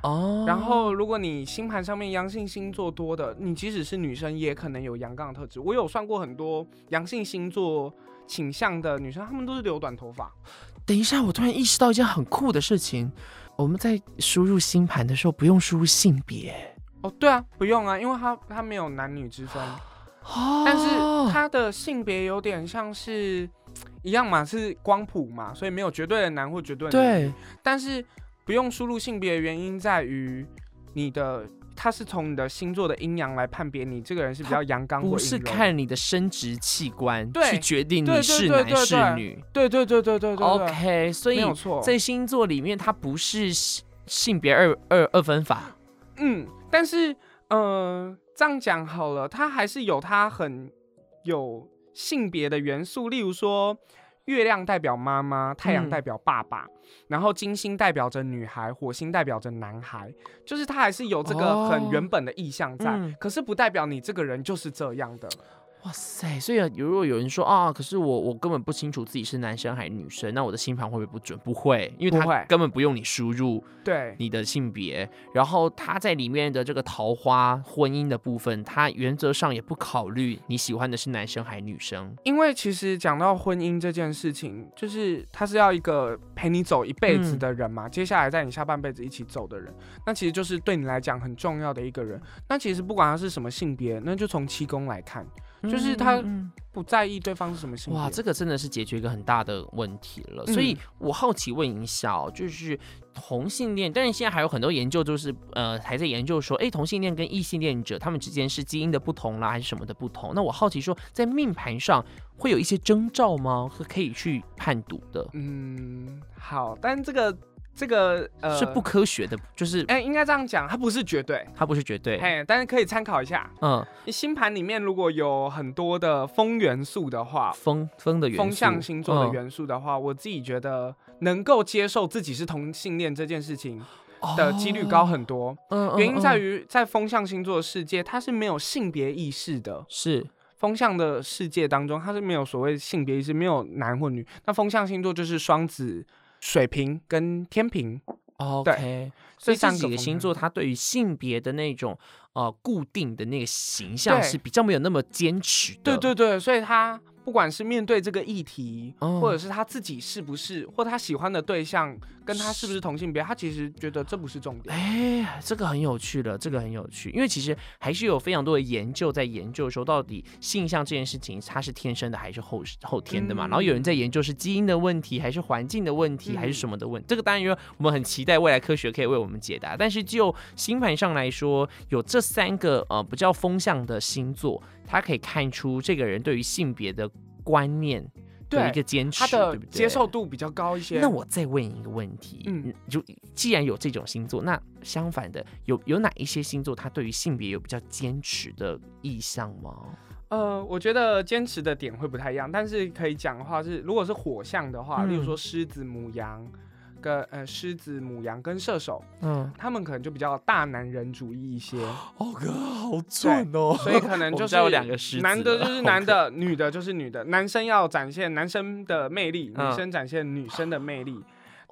Speaker 1: 哦，
Speaker 2: 然后，如果你星盘上面阳性星座多的，你即使是女生，也可能有阳刚的特质。我有算过很多阳性星座倾向的女生，她们都是留短头发。
Speaker 1: 等一下，我突然意识到一件很酷的事情，我们在输入星盘的时候不用输入性别。
Speaker 2: 哦，对啊，不用啊，因为她她没有男女之分，
Speaker 1: 哦
Speaker 2: 但是她的性别有点像是一样嘛，是光谱嘛，所以没有绝对的男或绝对的女。
Speaker 1: 对，
Speaker 2: 但是不用输入性别的原因在于你的，它是从你的星座的阴阳来判别你这个人是比较阳刚或
Speaker 1: 不
Speaker 2: 阴
Speaker 1: 是
Speaker 2: 柔的
Speaker 1: 看你的生殖器官
Speaker 2: 对
Speaker 1: 去决定
Speaker 2: 对
Speaker 1: 你
Speaker 2: 对
Speaker 1: 是
Speaker 2: 对
Speaker 1: 男
Speaker 2: 对
Speaker 1: 是
Speaker 2: 对
Speaker 1: 女。
Speaker 2: 对对对对对对对
Speaker 1: OK，所以
Speaker 2: 没有错。
Speaker 1: 在星座里面，它不是性性别二二二分法。
Speaker 2: 嗯，但是呃，这样讲好了，它还是有它很有性别的元素，例如说。月亮代表妈妈，太阳
Speaker 1: 嗯
Speaker 2: 代表爸爸，然后金星代表着女孩，火星代表着男孩，就是它还是有这个
Speaker 1: 哦
Speaker 2: 很原本的意象在，
Speaker 1: 嗯
Speaker 2: 可是不代表你这个人就是这样的。
Speaker 1: 哇塞！所以如果有人说啊，可是我我根本不清楚自己是男生还是女生，那我的星盘会不会不准？不会，因为
Speaker 2: 不
Speaker 1: 它
Speaker 2: 会
Speaker 1: 根本不用你输入
Speaker 2: 对，
Speaker 1: 你的性别，然后它在里面的这个桃花婚姻的部分，它原则上也不考虑你喜欢的是男生还是女生。
Speaker 2: 因为其实讲到婚姻这件事情，就是他是要一个陪你走一辈
Speaker 1: 嗯
Speaker 2: 子的人嘛，接下来在你下半辈子一起走的人，那其实就是对你来讲很重要的一个人。那其实不管他是什么性别，那就从七宫来看，就是它
Speaker 1: 嗯嗯嗯
Speaker 2: 不在意对方是什么性别。
Speaker 1: 哇，这个真的是解决一个很大的问题了。所以
Speaker 2: 嗯
Speaker 1: 我好奇问一下、哦，就是同性恋，但是现在还有很多研究，就是呃还在研究说，哎，同性恋跟异性恋者他们之间是基因的不同啦，还是什么的不同？那我好奇说，在命盘上会有一些征兆吗？可可以去判读的，
Speaker 2: 嗯，好，但这个这个呃
Speaker 1: 是不，科学的，就是
Speaker 2: 哎、应该这样讲，它不是绝对，
Speaker 1: 它不是绝对。
Speaker 2: 哎，但是可以参考一下。
Speaker 1: 嗯，
Speaker 2: 你星盘里面如果有很多的风元素的话，
Speaker 1: 风风的元素，
Speaker 2: 风象星座的
Speaker 1: 嗯
Speaker 2: 元素的话，我自己觉得能够接受自己是同性恋这件事情的几率高。
Speaker 1: 哦
Speaker 2: 很多。
Speaker 1: 嗯嗯
Speaker 2: 原因在
Speaker 1: 嗯
Speaker 2: 于，在风象星座的世界，它是没有性别意识的。
Speaker 1: 是
Speaker 2: 风象的世界当中，它是没有所谓性别意识，没有男或女。那风象星座就是双子、水瓶跟天平。
Speaker 1: OK，所以这
Speaker 2: 这三
Speaker 1: 几
Speaker 2: 个
Speaker 1: 个
Speaker 2: 方
Speaker 1: 星
Speaker 2: 向
Speaker 1: 座，它对于性别的那种呃固定的那个形象
Speaker 2: 对
Speaker 1: 是比较没有那么坚持
Speaker 2: 对
Speaker 1: 的。
Speaker 2: 对对，所以他不管是面对这个议题，
Speaker 1: 哦
Speaker 2: 或者是他自己是不是，或他喜欢的对象跟他是不是同性别，他其实觉得这不是重点。
Speaker 1: 哎，这个很有趣了，这个很有趣，因为其实还是有非常多的研究在研究说，到底性向这件事情它是天生的还是后后天的嘛？然后有人
Speaker 2: 嗯
Speaker 1: 在研究是基因的问题，还是环境的问题，还是什么的问题？这个当然，因为我们很期待未来科学可以为我们解答。但是就星盘上来说，有这三个呃比较风向的星座，它可以看出这个人对于性别的观念。有
Speaker 2: 对
Speaker 1: 一个坚持，
Speaker 2: 他的
Speaker 1: 对不对
Speaker 2: 接受度比较高一些。
Speaker 1: 那我再问一个问题，
Speaker 2: 嗯
Speaker 1: 嗯，就既然有这种星座，那相反的，有有哪一些星座它对于性别有比较坚持的意向吗？
Speaker 2: 呃，我觉得坚持的点会不太一样，但是可以讲的话是，如果是火象的话，
Speaker 1: 嗯
Speaker 2: 例如说狮子、母羊。跟呃狮子、母羊跟射手，
Speaker 1: 嗯，
Speaker 2: 他们可能就比较大男人主义 一些，
Speaker 1: 哦哥，好
Speaker 2: 准
Speaker 1: 哦
Speaker 2: 所以可能
Speaker 1: 我们
Speaker 2: 就是
Speaker 1: 家有两个狮子
Speaker 2: 男的
Speaker 1: 了
Speaker 2: 就是 男的，女的就是女的，男生要展现男生的魅力，
Speaker 1: 嗯
Speaker 2: 女生展现女生的魅力。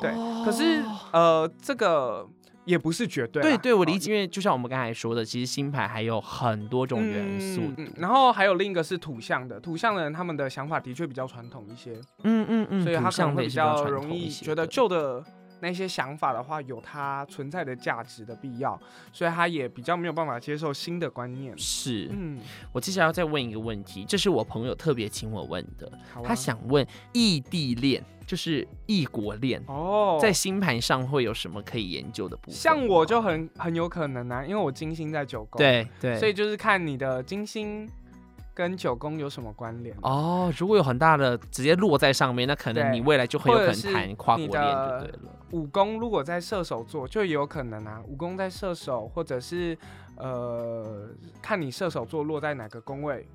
Speaker 2: 对
Speaker 1: 哦，
Speaker 2: 可是呃，这个也不是绝对啦。
Speaker 1: 对对，我
Speaker 2: 哦
Speaker 1: 理解，因为就像我们刚才说的，其实星盘还有很多种元素。
Speaker 2: 嗯嗯然后还有另一个是土象的，土象的人他们的想法的确比较传统一些，
Speaker 1: 嗯嗯嗯，
Speaker 2: 所以
Speaker 1: 土
Speaker 2: 他可
Speaker 1: 象的
Speaker 2: 能会
Speaker 1: 也
Speaker 2: 比
Speaker 1: 是较
Speaker 2: 较
Speaker 1: 传
Speaker 2: 容
Speaker 1: 统一
Speaker 2: 易
Speaker 1: 些
Speaker 2: 觉得
Speaker 1: 的
Speaker 2: 旧的那些想法的话有它存在的价值的必要，所以他也比较没有办法接受新的观念。
Speaker 1: 是。
Speaker 2: 嗯，
Speaker 1: 我接下来要再问一个问题，这是我朋友特别请我问的，
Speaker 2: 好啊
Speaker 1: 他想问异地恋，就是异国恋。
Speaker 2: 哦，
Speaker 1: 在星盘上会有什么可以研究的部分吗？
Speaker 2: 像我就很很有可能啊，因为我金星在九宫，，
Speaker 1: 对对，
Speaker 2: 所以就是看你的金星跟九宫有什么关联。啊
Speaker 1: 哦，如果有很大的直接落在上面，那可能
Speaker 2: 对
Speaker 1: 你未来就很有
Speaker 2: 或
Speaker 1: 可
Speaker 2: 者
Speaker 1: 能
Speaker 2: 是
Speaker 1: 谈跨国
Speaker 2: 你
Speaker 1: 恋，就
Speaker 2: 的
Speaker 1: 对了。
Speaker 2: 五宫如果在射手座，就有可能啊。五宫在射手，或者是呃，看你射手座落在哪个宫位，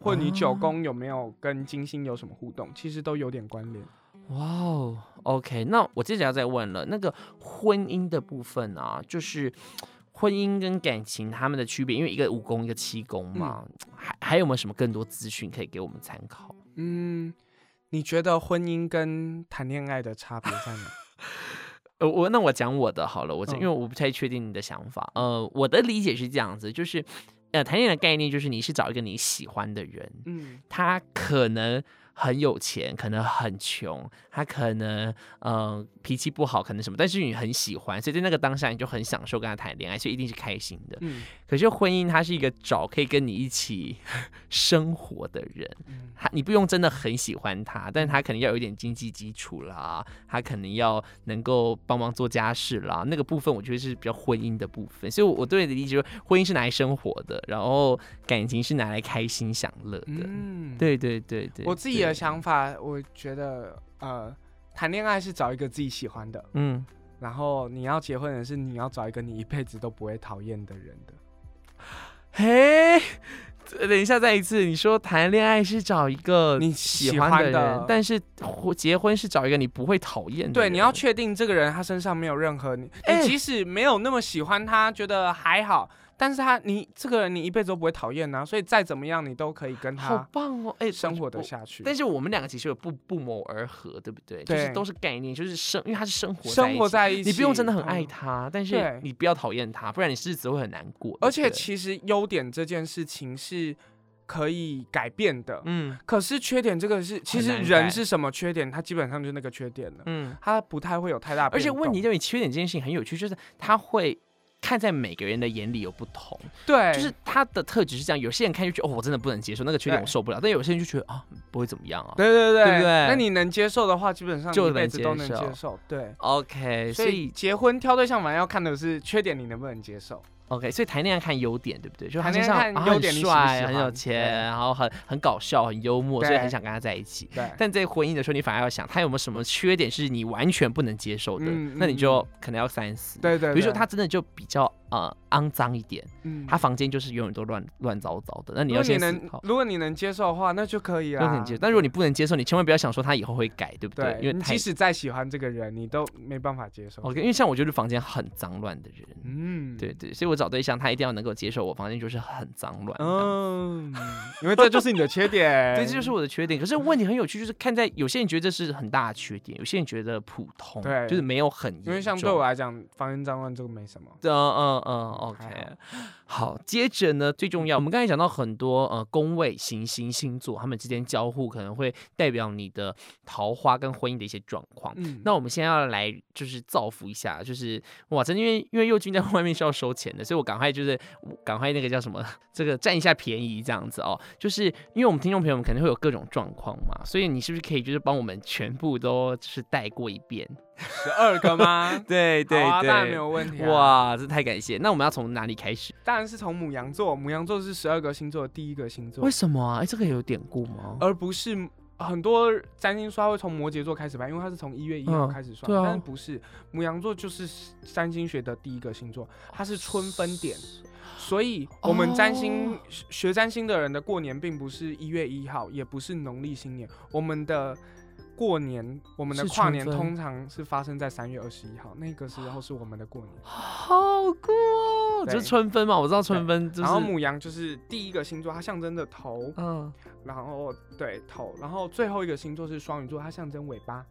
Speaker 2: 或你
Speaker 1: 哦
Speaker 2: 九宫有没有跟金星有什么互动，其实都有点关联。
Speaker 1: 哇哦，OK，那我接下来再问了，那个婚姻的部分啊，就是婚姻跟感情他们的区别，因为一个五宫一个七宫嘛，还还有没有什么更多资讯可以给我们参考？
Speaker 2: 嗯，你觉得婚姻跟谈恋爱的差别在哪？
Speaker 1: 呃，我那我讲我的好了，我讲因
Speaker 2: 嗯
Speaker 1: 为我不太确定你的想法。呃，我的理解是这样子，就是呃，谈恋爱的概念就是你是找一个你喜欢的人，
Speaker 2: 嗯
Speaker 1: 他可能很有钱，可能很穷，他可能呃脾气不好，可能什么，但是你很喜欢，所以在那个当下你就很享受跟他谈恋爱，所以一定是开心的。
Speaker 2: 嗯
Speaker 1: 可是婚姻它是一个找可以跟你一起 生活的人，
Speaker 2: 嗯
Speaker 1: 他你不用真的很喜欢他，但是他可能要有一点经济基础啦，他可能要能够帮忙做家事啦，那个部分我觉得是比较婚姻的部分。所以我，我对你的理解就是，婚姻是拿来生活的，然后感情是拿来开心享乐的。
Speaker 2: 嗯，
Speaker 1: 对对对对，
Speaker 2: 我自己
Speaker 1: 对
Speaker 2: 的，想法，我觉得呃，谈恋爱是找一个自己喜欢的，
Speaker 1: 嗯，
Speaker 2: 然后你要结婚的是你要找一个你一辈子都不会讨厌的人的。
Speaker 1: 嘿，等一下再一次，你说谈恋爱是找一个
Speaker 2: 你
Speaker 1: 喜
Speaker 2: 喜
Speaker 1: 欢的
Speaker 2: 欢
Speaker 1: 人，但是婚结婚是找一个你不会讨厌的人，
Speaker 2: 对，你要确定这个人他身上没有任何你，
Speaker 1: 哎
Speaker 2: 你即使没有那么喜欢他，觉得还好，但是他你这个人你一辈子都不会讨厌呐，所以再怎么样你都可以跟
Speaker 1: 好
Speaker 2: 他
Speaker 1: 棒哦，哎、
Speaker 2: 生活得
Speaker 1: 我。
Speaker 2: 下去。
Speaker 1: 但是我们两个其实也不不谋而合，对不对？就是
Speaker 2: 对
Speaker 1: 都是概念，就是生，因为他是生活在
Speaker 2: 生活
Speaker 1: 一起
Speaker 2: 在一起，
Speaker 1: 你不用真的很爱
Speaker 2: 嗯。
Speaker 1: 他，但是
Speaker 2: 对
Speaker 1: 你不要讨厌他，不然你日子会很难过。对不
Speaker 2: 而且
Speaker 1: 对
Speaker 2: 其实优点这件事情是可以改变的，
Speaker 1: 嗯
Speaker 2: 可是缺点这个是，其实
Speaker 1: 难改
Speaker 2: 人是什么缺点，他基本上就是那个缺点了，
Speaker 1: 嗯，
Speaker 2: 他不太会有太大变
Speaker 1: 而
Speaker 2: 动。
Speaker 1: 且问题就是缺点这件事情很有趣，就是他会看在每个人的眼里有不同，
Speaker 2: 对，
Speaker 1: 就是他的特质是这样，有些人看就觉得哦，我真的不能接受那个缺点，
Speaker 2: 对
Speaker 1: 我受不了，但有些人就觉得啊，不会怎么样啊。
Speaker 2: 对对对
Speaker 1: 对不对
Speaker 2: 那你能接受的话，基本上
Speaker 1: 就
Speaker 2: 你一辈
Speaker 1: 能
Speaker 2: 子都
Speaker 1: 接
Speaker 2: 能
Speaker 1: 受
Speaker 2: 接受。对，
Speaker 1: OK，所
Speaker 2: 所以
Speaker 1: 以
Speaker 2: 结婚挑对象，反正要看的是缺点，你能不能接受？
Speaker 1: OK，所以谈恋爱看优点，对不对？就他身
Speaker 2: 谈恋
Speaker 1: 上
Speaker 2: 爱
Speaker 1: 啊
Speaker 2: 看
Speaker 1: 很
Speaker 2: 优点你喜不
Speaker 1: 帅，
Speaker 2: 喜
Speaker 1: 很有
Speaker 2: 欢对
Speaker 1: 钱，然后很很搞笑，很幽默，所以
Speaker 2: 对
Speaker 1: 很想跟他在一起。
Speaker 2: 对，
Speaker 1: 但在婚姻的时候，你反而要想他有没有什么缺点是你完全不能接受的，
Speaker 2: 嗯
Speaker 1: 那你
Speaker 2: 嗯
Speaker 1: 就可能要三思。
Speaker 2: 对对。
Speaker 1: 比如说
Speaker 2: 对
Speaker 1: 他，真的就比较呃肮脏一点，
Speaker 2: 嗯
Speaker 1: 他房间就是永远都乱乱糟糟的，那你
Speaker 2: 如
Speaker 1: 要
Speaker 2: 果
Speaker 1: 先
Speaker 2: 你
Speaker 1: 思
Speaker 2: 能
Speaker 1: 考。
Speaker 2: 如果你能接受的话，那就可以
Speaker 1: 有可
Speaker 2: 啦
Speaker 1: 能。接受，但如果你不能接受，你千万不要想说他以后会改，对不对？因
Speaker 2: 对，
Speaker 1: 为
Speaker 2: 你
Speaker 1: 太
Speaker 2: 即使再喜欢这个人，你都没办法接受。
Speaker 1: OK，因为像我就是房间很脏乱的人，
Speaker 2: 嗯，
Speaker 1: 对，对，所以我找对象他一定要能够接受我房间就是很脏乱。嗯，
Speaker 2: 嗯，因为这就是你的缺 点。
Speaker 1: 对，这就是我的缺点。可是问题很有趣，就是看在有些人觉得这是很大的缺点，有些人觉得普通，
Speaker 2: 对
Speaker 1: 就是没有很严
Speaker 2: 因
Speaker 1: 重。
Speaker 2: 为像啊对我来讲，房间脏乱这个没什么。
Speaker 1: 嗯嗯嗯
Speaker 2: 还
Speaker 1: ，OK，好。接着呢，最重要，我们刚才讲到很多呃宫位、行星、星座，他们之间交互可能会代表你的桃花跟婚姻的一些状况。
Speaker 2: 嗯，
Speaker 1: 那我们现在要来就是造福一下，就是哇，真的因为因为佑君在外面是要收钱的，所以我赶快就是赶快那个叫什么， 这个占一下便宜这样子哦。就是因为我们听众朋友们肯定会有各种状况嘛，所以你是不是可以就是帮我们全部都就是带过一遍？
Speaker 2: 嗯十二个吗？
Speaker 1: 对
Speaker 2: 好啊，当然没有问题、啊。
Speaker 1: 哇，这太感谢！那我们要从哪里开始？
Speaker 2: 当然是从母羊座，母羊座是十二个星座的第一个星座
Speaker 1: 为，什么啊？哎，这个有典故吗？
Speaker 2: 而不是很多占星说他会从摩羯座开始吧，因为他是从一月一号
Speaker 1: 嗯
Speaker 2: 开始算，
Speaker 1: 对啊
Speaker 2: 但是不是母羊座就是占星学的第一个星座，它是春分点，所以我们占星、
Speaker 1: 哦
Speaker 2: 学占星的人的过年并不是一月一号，也不是农历新年，我们的。过年，我们的
Speaker 1: 是
Speaker 2: 跨年
Speaker 1: 春分
Speaker 2: 通常是发生在三月二十一号，那个时候是我们的过年。
Speaker 1: 哦好酷哦！
Speaker 2: 对
Speaker 1: 就是春分嘛，我知道春分就是
Speaker 2: 然后母羊就是第一个星座，它象征着头，
Speaker 1: 嗯，
Speaker 2: 然后对头，然后最后一个星座是双鱼座，它象征尾巴，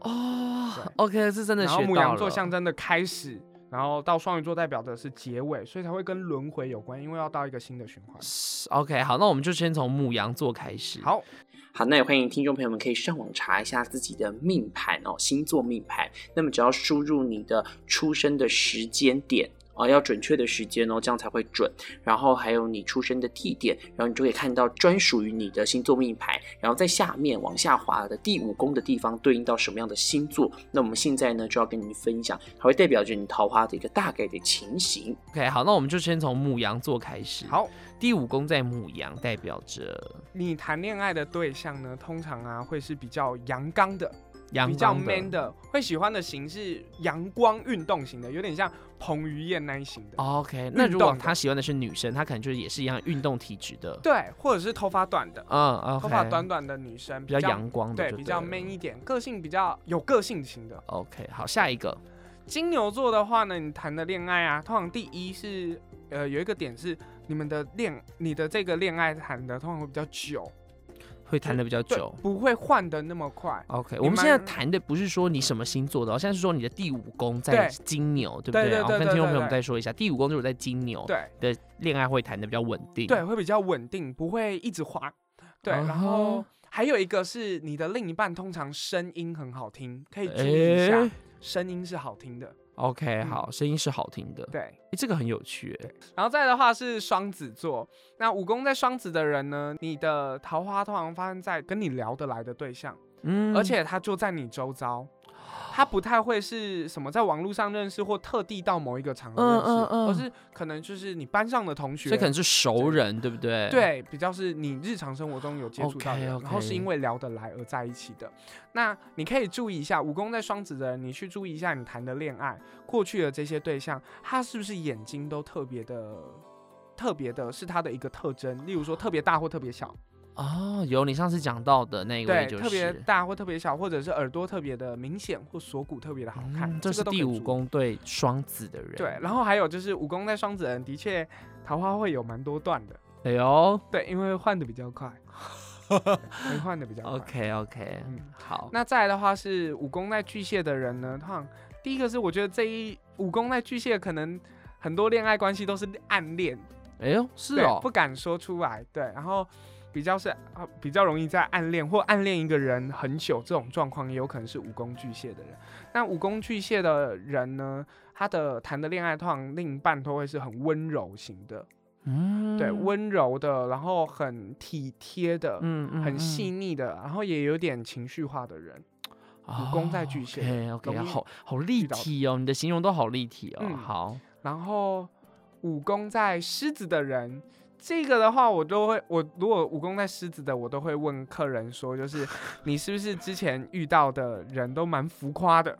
Speaker 1: 哦
Speaker 2: 对
Speaker 1: ，OK，是真的
Speaker 2: 然后
Speaker 1: 学
Speaker 2: 母
Speaker 1: 到
Speaker 2: 羊
Speaker 1: 了
Speaker 2: 座象征的开始，然后到双鱼座代表的是结尾，所以才会跟轮回有关，因为要到一个新的循环。
Speaker 1: 是 OK，好，那我们就先从母羊座开始。
Speaker 2: 好，
Speaker 3: 好，那也欢迎听众朋友们可以上网查一下自己的命盘哦，星座命盘。那么只要输入你的出生的时间点啊、要准确的时间哦，这样才会准。然后还有你出生的地点，然后你就可以看到专属于你的星座命盘。然后在下面往下滑的第五宫的地方对应到什么样的星座？那我们现在呢就要跟您分享，它会代表着你桃花的一个大概的情形。
Speaker 1: ，OK，好，那我们就先从母羊座开始。，
Speaker 2: 好，
Speaker 1: 第五宫在母羊，代表着
Speaker 2: 你谈恋爱的对象呢，通常啊会是比较阳刚的，
Speaker 1: 阳
Speaker 2: 比较
Speaker 1: 光
Speaker 2: man 的，会喜欢的型是阳光运动型的，有点像彭于晏那一型的。
Speaker 1: OK，那
Speaker 2: 运
Speaker 1: 如果
Speaker 2: 动的
Speaker 1: 他喜欢的是女生，他可能就是也是一样运动体质的。
Speaker 2: 对，或者是头发短的，
Speaker 1: 嗯
Speaker 2: 头
Speaker 1: ，OK，
Speaker 2: 发短短的女生
Speaker 1: 比较阳光的
Speaker 2: 对，
Speaker 1: 就
Speaker 2: 比较
Speaker 1: 对了
Speaker 2: man 一点，个性比较有个性型的。
Speaker 1: OK，好，下一个
Speaker 2: 金牛座的话呢，你谈的恋爱啊，通常第一是呃有一个点是你们的恋，你的这个恋爱谈的通常会比较久，
Speaker 1: 会谈的比较
Speaker 2: 对
Speaker 1: 久，。
Speaker 2: 不会换的那么快。
Speaker 1: OK，
Speaker 2: 你
Speaker 1: 我们现在
Speaker 2: 蛮
Speaker 1: 谈的不是说你什么星座的、哦，现在是说你的第五宫在
Speaker 2: 对
Speaker 1: 金牛，对不
Speaker 2: 对对
Speaker 1: 我
Speaker 2: 对
Speaker 1: 跟
Speaker 2: 对
Speaker 1: 听众
Speaker 2: 对
Speaker 1: 朋友们
Speaker 2: 对
Speaker 1: 再说一下，第五宫就是在金牛
Speaker 2: 对
Speaker 1: 的恋爱会谈的比较稳定。
Speaker 2: 对，会比较稳定，不会一直滑。对，然
Speaker 1: 啊
Speaker 2: 后
Speaker 1: 哈
Speaker 2: 还有一个是你的另一半通常声音很好听，可以注意一下
Speaker 1: 诶，呃
Speaker 2: 声音是好听的。
Speaker 1: ，OK，
Speaker 2: 嗯
Speaker 1: 好，声音是好听的，
Speaker 2: 对，
Speaker 1: 诶这个很有趣诶。
Speaker 2: 然后再来的话是双子座，那武功在双子的人呢，你的桃花通常发生在跟你聊得来的对象。
Speaker 1: 嗯
Speaker 2: 而且他就在你周遭，他不太会是什么在网络上认识或特地到某一个场合认识，
Speaker 1: 嗯嗯嗯
Speaker 2: 而是可能就是你班上的同学，
Speaker 1: 所以可能是熟人，对不对？，
Speaker 2: 对比较是你日常生活中有接触到的人
Speaker 1: OK，OK
Speaker 2: 然后是因为聊得来而在一起的。那你可以注意一下，武功在双子的人，你去注意一下你谈的恋爱过去的这些对象，他是不是眼睛都特别的。特别的是他的一个特征，例如说特别大或特别小，
Speaker 1: 哦，有你上次讲到的那一位
Speaker 2: 对，
Speaker 1: 就是
Speaker 2: 特别大或特别小，或者是耳朵特别的明显，或锁骨特别的好看，
Speaker 1: 嗯这
Speaker 2: 这个
Speaker 1: 是
Speaker 2: 都可以
Speaker 1: 第五
Speaker 2: 注意。
Speaker 1: 宫对双子的人。
Speaker 2: 对，然后还有就是武功在双子人的确桃花会有蛮多段的，
Speaker 1: 哎呦
Speaker 2: 对，因为换的比较 快，对会换的比较快。
Speaker 1: ，OK OK，
Speaker 2: 嗯
Speaker 1: 好，
Speaker 2: 那再来的话是武功在巨蟹的人呢，通常第一个是我觉得这一武功在巨蟹可能很多恋爱关系都是暗恋，
Speaker 1: 哎呦是
Speaker 2: 对
Speaker 1: 哦
Speaker 2: 不，敢说出来，对，然后。比较是啊，比较容易在暗恋或暗恋一个人很久这种状况，也有可能是武功巨蟹的人。那武功巨蟹的人呢，他的谈的恋爱通常另一半都会是很温柔型的，
Speaker 1: 嗯
Speaker 2: 对，温柔的，然后很体贴的，
Speaker 1: 嗯嗯
Speaker 2: 很细腻的，然后也有点情绪化的人。武功在巨蟹
Speaker 1: o k
Speaker 2: 容
Speaker 1: OK，
Speaker 2: 易
Speaker 1: 哦好好立
Speaker 2: 遇到的
Speaker 1: 体哦，你的形容都好立体哦。
Speaker 2: 嗯
Speaker 1: 好，
Speaker 2: 然后武功在狮子的人，这个的话我都会，我如果武功在狮子的，我都会问客人说，就是 你是不是之前遇到的人都蛮浮夸的，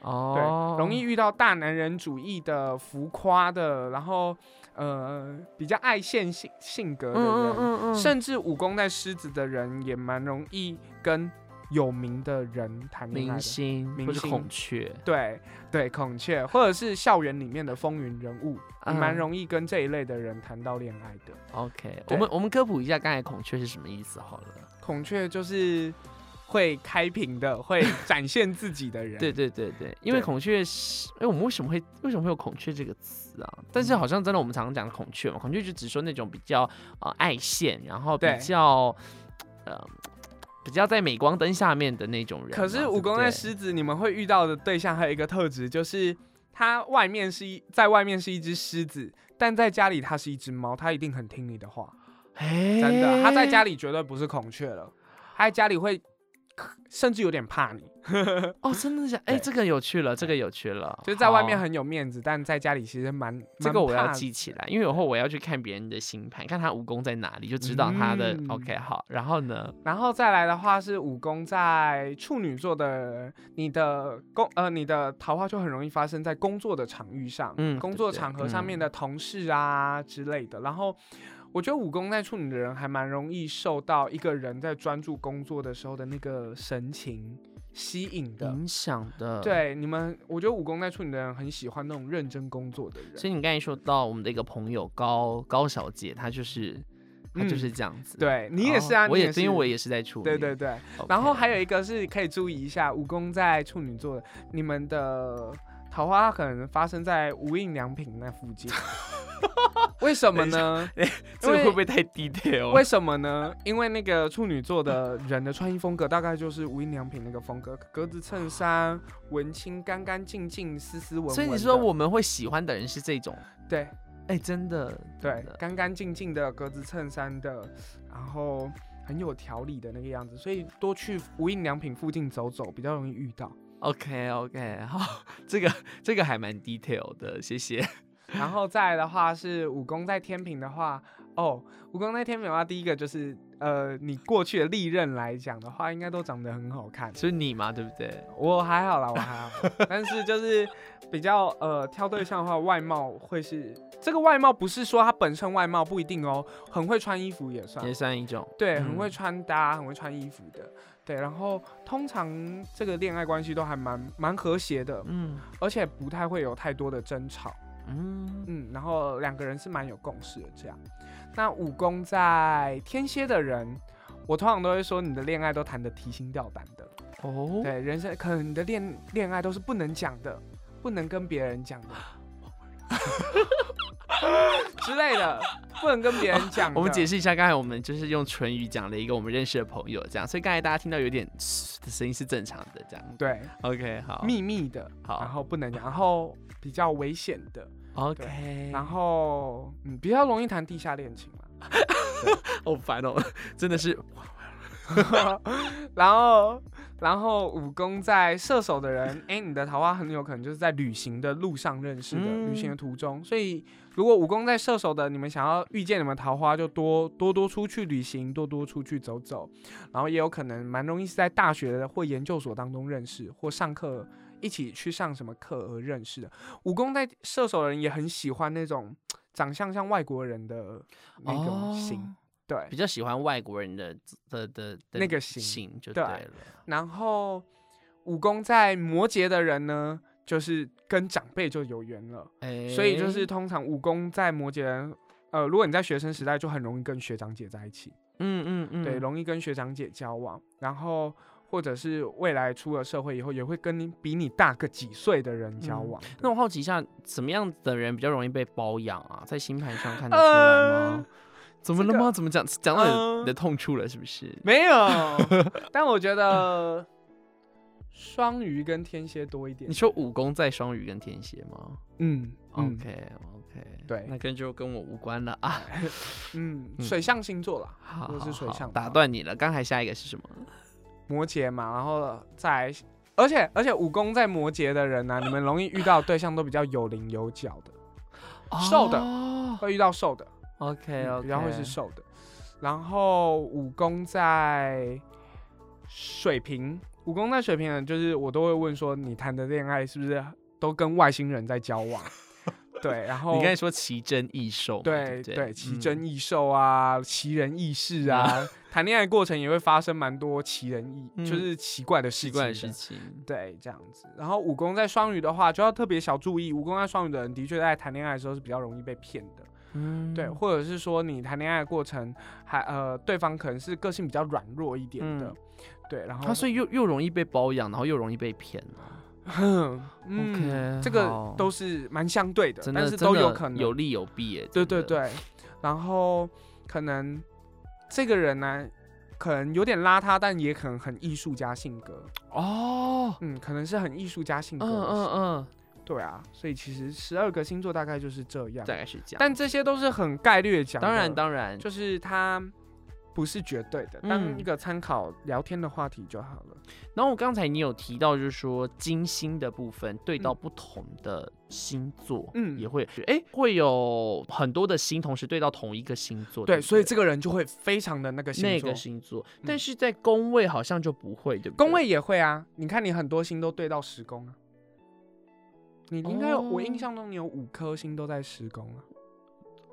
Speaker 2: 对
Speaker 1: 哦，，
Speaker 2: 容易遇到大男人主义的浮夸的，然后呃比较爱现性性格
Speaker 1: 嗯
Speaker 2: 的人，
Speaker 1: 嗯嗯嗯，
Speaker 2: 甚至武功在狮子的人也蛮容易跟有名的人谈恋爱
Speaker 1: 明
Speaker 2: 的。
Speaker 1: 星
Speaker 2: 明
Speaker 1: 或是
Speaker 2: 星
Speaker 1: 孔雀，
Speaker 2: 对对，孔雀或者是校园里面的风云人物，你蛮
Speaker 1: 嗯
Speaker 2: 容易跟这一类的人谈到恋爱的。
Speaker 1: OK，我
Speaker 2: 对
Speaker 1: 们我们科普一下刚才孔雀是什么意思好了。
Speaker 2: 孔雀就是会开屏的， 会展现自己的人。
Speaker 1: 对，对对对，因为
Speaker 2: 嗯对
Speaker 1: 孔雀是，哎，我们为什么会为什么会有孔雀这个词啊？但是
Speaker 2: 嗯
Speaker 1: 好像真的我们常常讲的孔雀嘛，孔雀就只说那种比较呃爱现，然后比
Speaker 2: 对
Speaker 1: 较呃比较在镁光灯下面的那种人嘛。啊
Speaker 2: 可是
Speaker 1: 对
Speaker 2: 武
Speaker 1: 不
Speaker 2: 功在
Speaker 1: 对
Speaker 2: 狮子，你们会遇到的对象还有一个特质就是。它外面是一，在外面是一只狮子，但在家里它是一只猫，它一定很听你的话，
Speaker 1: 哎
Speaker 2: 真的。它在家里绝对不是孔雀了，它在家里会甚至有点怕你，
Speaker 1: 哦，真的假的？哎、
Speaker 2: 对
Speaker 1: 这个有趣了，这个有趣了，
Speaker 2: 就是在外面
Speaker 1: 好
Speaker 2: 很有面子，但在家里其实蛮蛮
Speaker 1: 这个我要
Speaker 2: 怕
Speaker 1: 记起来，因为以后我要去看别人的星盘，看他武功在哪里，就知道他的、
Speaker 2: 嗯
Speaker 1: OK 好。然后呢，
Speaker 2: 然后再来的话是武功在处女座的，你的工呃你的桃花就很容易发生在工作的场域上，
Speaker 1: 嗯
Speaker 2: 工
Speaker 1: 对
Speaker 2: 作
Speaker 1: 对嗯
Speaker 2: 场合上面的同事啊之类的。然后我觉得武功在处女的人还蛮容易受到一个人在专注工作的时候的那个神情吸引的。
Speaker 1: 影响的，，
Speaker 2: 对你们，我觉得武功在处女的人很喜欢那种认真工作的人，
Speaker 1: 所以你刚才说到我们的一个朋友高高小姐，她就是她就
Speaker 2: 嗯
Speaker 1: 是这样子，
Speaker 2: 对你
Speaker 1: 哦
Speaker 2: 也是啊，
Speaker 1: 我
Speaker 2: 你
Speaker 1: 也
Speaker 2: 是，
Speaker 1: 因为我也是在处理，
Speaker 2: 对对对，
Speaker 1: OK，
Speaker 2: 然后还有一个是可以注意一下，武功在处女座，你们的桃花可能发生在无印良品那附 近，为什么呢？
Speaker 1: 这个
Speaker 2: 因为
Speaker 1: 会不会太 detail？
Speaker 2: 为什么呢？因为那个处女座的人的穿衣风格大概就是无印良品那个风格，格子衬衫，文青，干干净净，斯斯文文的。
Speaker 1: 所以你说我们会喜欢的人是这 种，
Speaker 2: 对
Speaker 1: 哎、真的，
Speaker 2: 对
Speaker 1: 真的，
Speaker 2: 干干净净的格子衬衫的，然后很有条理的那个样子，所以多去无印良品附近走走，比较容易遇到。
Speaker 1: ，OK OK，好，这个这个还蛮 detail 的，谢谢。
Speaker 2: 然后再来的话是武功在天平的话，哦，武功在天平的话，第一个就是呃，你过去的历任来讲的话，应该都长得很好看。
Speaker 1: 就是你嘛，对不对？
Speaker 2: 我还好啦，我还好，但是就是比较呃挑对象的话，外貌会是这个外貌不是说他本身外貌不一定哦，很会穿衣服也算
Speaker 1: 也，算一种，
Speaker 2: 对，很会
Speaker 1: 嗯
Speaker 2: 穿搭，很会穿衣服的，对。然后通常这个恋爱关系都还蛮蛮和谐的，
Speaker 1: 嗯
Speaker 2: 而且不太会有太多的争吵。
Speaker 1: 嗯，
Speaker 2: 嗯，然后两个人是蛮有共识的这样。那武功在天蝎的人，我通常都会说你的恋爱都谈得提心吊胆的，
Speaker 1: 哦，
Speaker 2: 对，人生可能你的恋恋爱都是不能讲的，不能跟别 人讲的之类的，不能跟别人讲的。
Speaker 1: 哦我们解释一下，刚才我们就是用唇语讲了一个我们认识的朋友，这样，所以刚才大家听到有点嘶的声音是正常的，这样。
Speaker 2: 对
Speaker 1: OK，好
Speaker 2: 秘密的，
Speaker 1: 好
Speaker 2: 然后不能讲，然后比较危险的，
Speaker 1: ，OK，
Speaker 2: 然后嗯比较容易谈地下恋情嘛。
Speaker 1: 好烦哦，真的是，
Speaker 2: 然后，然后武功在射手的人，哎，你的桃花很有可能就是在旅行的路上认识的，
Speaker 1: 嗯
Speaker 2: 旅行的途中。所以，如果武功在射手的，你们想要遇见你们桃花，就多多多出去旅行，多多出去走走。然后也有可能蛮容易是在大学或研究所当中认识，或上课一起去上什么课而认识的。武功在射手人也很喜欢那种长相像外国人的那种型，
Speaker 1: 哦
Speaker 2: 对，
Speaker 1: 比较喜欢外国人的的的的
Speaker 2: 那个型
Speaker 1: 型就
Speaker 2: 对
Speaker 1: 了，
Speaker 2: 然后武功在摩羯的人呢，就是跟长辈就有缘了，
Speaker 1: 哎，
Speaker 2: 所以就是通常武功在摩羯人。呃，如果你在学生时代就很容易跟学长姐在一起，
Speaker 1: 嗯嗯嗯，
Speaker 2: 对，容易跟学长姐交往，然后或者是未来出了社会以后，也会跟你比你大个几岁的人交
Speaker 1: 嗯
Speaker 2: 往的。
Speaker 1: 那我好奇一下，什么样的人比较容易被包养啊？在星盘上看得出来
Speaker 2: 呃
Speaker 1: 吗？怎么了
Speaker 2: 这个
Speaker 1: 吗？怎么讲讲到你的
Speaker 2: 呃
Speaker 1: 你的痛处了，是不是？
Speaker 2: 没有， 但我觉得双鱼跟天蝎多一点
Speaker 1: 你。说武功在双鱼跟天蝎吗
Speaker 2: 嗯嗯
Speaker 1: ？OK OK，
Speaker 2: 对
Speaker 1: 那跟就跟我无关了啊。
Speaker 2: 嗯，
Speaker 1: 嗯
Speaker 2: 水象星座啦，
Speaker 1: 好
Speaker 2: 如果是
Speaker 1: 好
Speaker 2: 水
Speaker 1: 好
Speaker 2: 象啊
Speaker 1: 打
Speaker 2: 话
Speaker 1: 断你了。刚才下一个是什么？
Speaker 2: 摩羯嘛，然后再来而且而且武功在摩羯 的人呢、啊你们容易遇到对象都比较有棱有角的，瘦的会遇到瘦的，
Speaker 1: 哦 OK
Speaker 2: 嗯
Speaker 1: 哎 OK，
Speaker 2: 比较会是瘦的。然后武功在水瓶，武功在水瓶的人就是我都会问说，你谈的恋爱是不是都跟外星人在交 往？对，然后
Speaker 1: 你刚才说奇珍异兽嘛，
Speaker 2: 对
Speaker 1: 不对嗯
Speaker 2: 对，奇珍
Speaker 1: 异
Speaker 2: 异兽啊，奇人异事啊，谈恋爱过程也会发生蛮多奇人异，
Speaker 1: 嗯
Speaker 2: 就是奇怪的事
Speaker 1: 奇
Speaker 2: 情
Speaker 1: 怪
Speaker 2: 的
Speaker 1: 的事情，
Speaker 2: 对，这样子。然后武功在双鱼的话，就要特别小注意。武功在双鱼的人，的确在谈恋爱的时候是比较容易被骗的，
Speaker 1: 嗯
Speaker 2: 对，或者是说你谈恋爱的过程还呃，对方可能是个性比较软弱一点的，
Speaker 1: 嗯
Speaker 2: 对，然后
Speaker 1: 他所以又又容易被包养，然后又容易被骗啊。
Speaker 2: 哼嗯
Speaker 1: OK，
Speaker 2: 这个
Speaker 1: 好
Speaker 2: 都是蛮相对的，
Speaker 1: 真的
Speaker 2: 但是
Speaker 1: 真
Speaker 2: 都有
Speaker 1: 的
Speaker 2: 可能，
Speaker 1: 有利有弊耶。
Speaker 2: 对
Speaker 1: 真
Speaker 2: 对
Speaker 1: 的，
Speaker 2: 对。然后可能这个人呢，可能有点邋遢，但也可能很艺术家性格，
Speaker 1: 哦，
Speaker 2: 嗯，可能是很艺术家性
Speaker 1: 嗯
Speaker 2: 格的型，
Speaker 1: 嗯嗯，
Speaker 2: 对啊，所以其实十二个星座大概就是这样。
Speaker 1: 大概是这样。
Speaker 2: 但这些都是很概略讲的，
Speaker 1: 当然当然，
Speaker 2: 就是它不是绝对的，当
Speaker 1: 嗯
Speaker 2: 一个参考聊天的话题就好了。
Speaker 1: 然后我刚才你有提到，就是说金星的部分对到不同的星座，
Speaker 2: 嗯
Speaker 1: 也会哎会有很多的星同时对到同一个星座，对
Speaker 2: 对，
Speaker 1: 不对，
Speaker 2: 所以这个人就会非常的那个星座。
Speaker 1: 那
Speaker 2: 嗯
Speaker 1: 个星座，但是在宫位好像就不会，对不对？
Speaker 2: 宫位也会啊，你看你很多星都对到十宫啊。你应该有，我
Speaker 1: 哦
Speaker 2: 印象中你有五颗星都在十宫啊。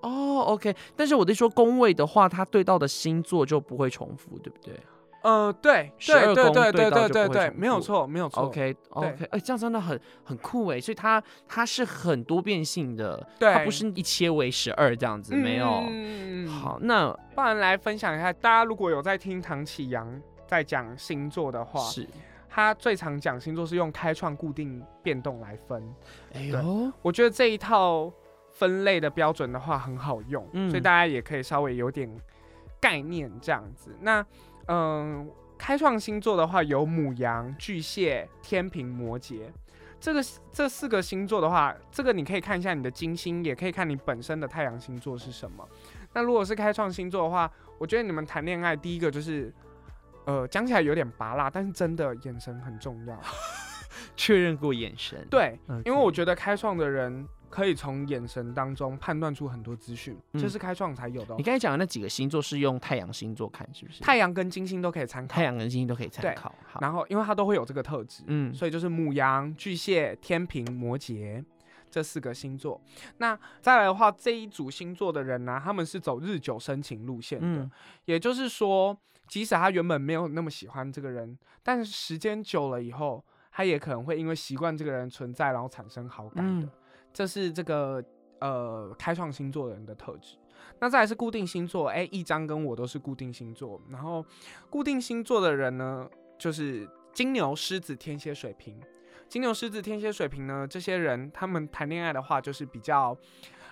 Speaker 1: 哦，OK，但是我的说宫位的话，它对到的星座就不会重复，对不对
Speaker 2: 呃，对，
Speaker 1: 12
Speaker 2: 对对
Speaker 1: 宫
Speaker 2: 对
Speaker 1: 哦对
Speaker 2: 对
Speaker 1: 到
Speaker 2: 对
Speaker 1: 就
Speaker 2: 对
Speaker 1: 不会
Speaker 2: 对，
Speaker 1: 重
Speaker 2: 没有
Speaker 1: 复
Speaker 2: 错，没有错。
Speaker 1: ？OK OK，哎、这样真的很很酷哎，所以它它是很多变性的，它不
Speaker 2: 对
Speaker 1: 是一切为十二这样子，没有。
Speaker 2: 嗯
Speaker 1: 好，那
Speaker 2: 不然来分享一下，大家如果有在听唐启阳在讲星座的话，
Speaker 1: 是，
Speaker 2: 他最常讲星座是用开创、固定、变动来分。
Speaker 1: 哎呦，
Speaker 2: 我觉得这一套分类的标准的话很好用，
Speaker 1: 嗯
Speaker 2: 所以大家也可以稍微有点概念这样子。那嗯，开创星座的话有母羊、巨蟹、天平、摩羯。这个这四个星座的话，这个你可以看一下你的金星，也可以看你本身的太阳星座是什么。那如果是开创星座的话，我觉得你们谈恋爱第一个就是，呃，讲起来有点拔辣，但是真的眼神很重要。
Speaker 1: 确认过眼神，
Speaker 2: 对，
Speaker 1: OK，
Speaker 2: 因为我觉得开创的人可以从眼神当中判断出很多资讯，
Speaker 1: 嗯
Speaker 2: 这是开创才有的哦、
Speaker 1: 你刚才讲的那几个星座是用太阳星座看，是不是？
Speaker 2: 太阳跟金星都可以参考，
Speaker 1: 太阳跟金星都可以参
Speaker 2: 对
Speaker 1: 考。好，
Speaker 2: 然后因为它都会有这个特质，
Speaker 1: 嗯，
Speaker 2: 所以就是母羊、巨蟹、天平、摩羯这四个星座。那再来的话，这一组星座的人呢、他们是走日久生情路线的，
Speaker 1: 嗯
Speaker 2: 也就是说，即使他原本没有那么喜欢这个人，但是时间久了以后，他也可能会因为习惯这个人存在，然后产生好感的。
Speaker 1: 嗯
Speaker 2: 这是这个呃开创星座的人的特质。那再来是固定星座，哎、一张跟我都是固定星座。然后固定星座的人呢，就是金牛、狮子、天蝎、水瓶。金牛、狮子、天蝎、水瓶呢，这些人他们谈恋爱的话，就是比较，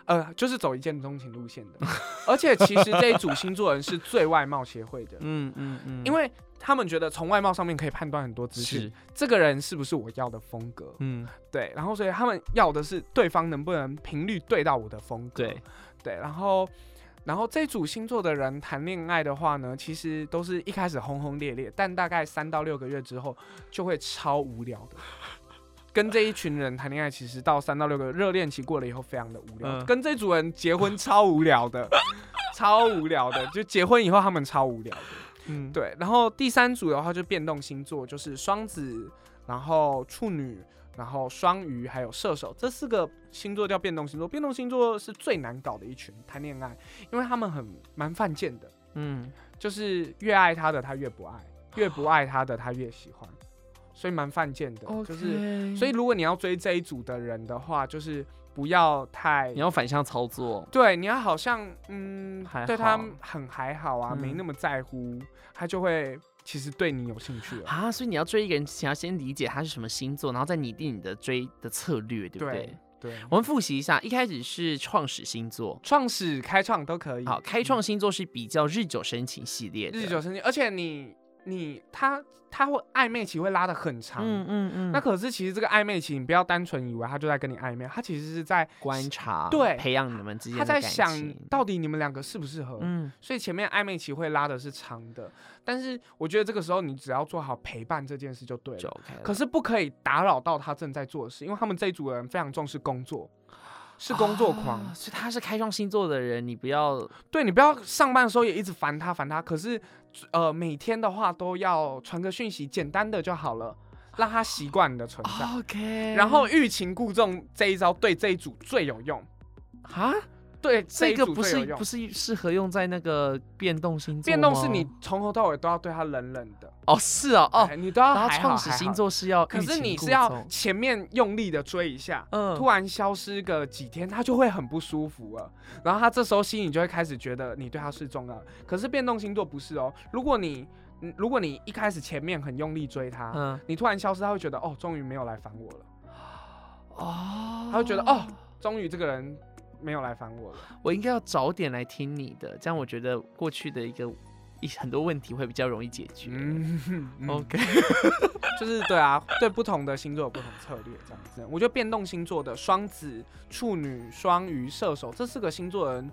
Speaker 2: 呃，就是走一见钟情路线的。而且其实这一组星座人是最外貌协会的，
Speaker 1: 嗯嗯嗯
Speaker 2: 因为他们觉得从外貌上面可以判断很多资讯
Speaker 1: 是，，
Speaker 2: 这个人是不是我要的风格，
Speaker 1: 嗯，
Speaker 2: 对，然后所以他们要的是对方能不能频率对到我的风格，
Speaker 1: 对，
Speaker 2: 对，然后。然后这组星座的人谈恋爱的话呢，其实都是一开始轰轰烈烈，但大概三到六个月之后就会超无聊的。 跟这一群人谈恋爱，其实到三到六个热恋期过了以后，非常的无聊。
Speaker 1: 嗯
Speaker 2: 跟这组人结婚超无聊的， 超无聊的，就结婚以后他们超无聊的。
Speaker 1: 嗯，
Speaker 2: 对，然后第三组的话就变动星座，就是双子，然后处女，然后双鱼，还有射手，这四个星座叫变动星座。变动星座是最难搞的一群谈恋爱，因为他们很蛮犯贱的，
Speaker 1: 嗯，
Speaker 2: 就是越爱他的他越不爱，越不爱他的他越喜欢，所以蛮犯贱的。
Speaker 1: 嗯
Speaker 2: 就是，
Speaker 1: 是
Speaker 2: 所以如果你要追这一组的人的话，就是不要太
Speaker 1: 你要反向操作，
Speaker 2: 对，你要好像嗯
Speaker 1: 还，
Speaker 2: 对他
Speaker 1: 好
Speaker 2: 很还好啊，没
Speaker 1: 嗯
Speaker 2: 那么在乎，他就会其实对你有兴趣了。
Speaker 1: 啊，所以你要追一个人之前，要先理解他是什么星座，然后再拟定你的追的策略，对不对？
Speaker 2: 对对，
Speaker 1: 我们复习一下，一开始是创始星座，
Speaker 2: 创始、开创都可以。
Speaker 1: 好，开
Speaker 2: 嗯
Speaker 1: 创星座是比较日久生情系列的，
Speaker 2: 日久生情，而且你你他他会暧昧期会拉的很长。
Speaker 1: 嗯嗯嗯，
Speaker 2: 那可是其实这个暧昧期，你不要单纯以为他就在跟你暧昧，他其实是在
Speaker 1: 观察，
Speaker 2: 对
Speaker 1: 培养你们之间
Speaker 2: 他
Speaker 1: 的
Speaker 2: 在
Speaker 1: 感
Speaker 2: 想
Speaker 1: 情，
Speaker 2: 到底你们两个适不适合。
Speaker 1: 嗯，
Speaker 2: 所以前面暧昧期会拉的是长的，但是我觉得这个时候你只要做好陪伴这件事就对了
Speaker 1: 就。OK 了。
Speaker 2: 可是不可以打扰到他正在做的事，因为他们这一组人非常重视工作，是工作狂。
Speaker 1: 啊所以他是开创星座的人，你不要
Speaker 2: 对你不要上班的时候也一直烦他烦他，可是呃每天的话都要传个讯息，简单的就好了，让他习惯你的存在。
Speaker 1: 哦 OK
Speaker 2: 然后欲擒故纵这一招对这一组最有用，
Speaker 1: 啊，
Speaker 2: 对
Speaker 1: 这
Speaker 2: 一
Speaker 1: 个
Speaker 2: 组
Speaker 1: 不
Speaker 2: 最有
Speaker 1: 是
Speaker 2: 用
Speaker 1: 不。是适合用在那个变动星座吗？
Speaker 2: 变动是你从头到尾都要对他冷冷的
Speaker 1: 哦，是哦哦
Speaker 2: 哎，你都要
Speaker 1: 然后
Speaker 2: 还好
Speaker 1: 创始
Speaker 2: 还好
Speaker 1: 星座是要，
Speaker 2: 可是你是要前面用力的追一下，
Speaker 1: 嗯
Speaker 2: 突然消失个几天，他就会很不舒服了。然后他这时候心里就会开始觉得你对他是重要的。可是变动星座不是哦，如果你嗯如果你一开始前面很用力追他，
Speaker 1: 嗯
Speaker 2: 你突然消失，他会觉得哦，终于没有来烦我了，
Speaker 1: 哦，
Speaker 2: 他会觉得哦，终于这个人没有来烦我了。
Speaker 1: 我应该要早点来听你的，这样我觉得过去的一个一很多问题会比较容易解决。
Speaker 2: 嗯嗯
Speaker 1: OK，
Speaker 2: 就是对啊，对不同的星座有不同策略，这样子。我觉得变动星座的双子、处女、双鱼、射手这四个星座人，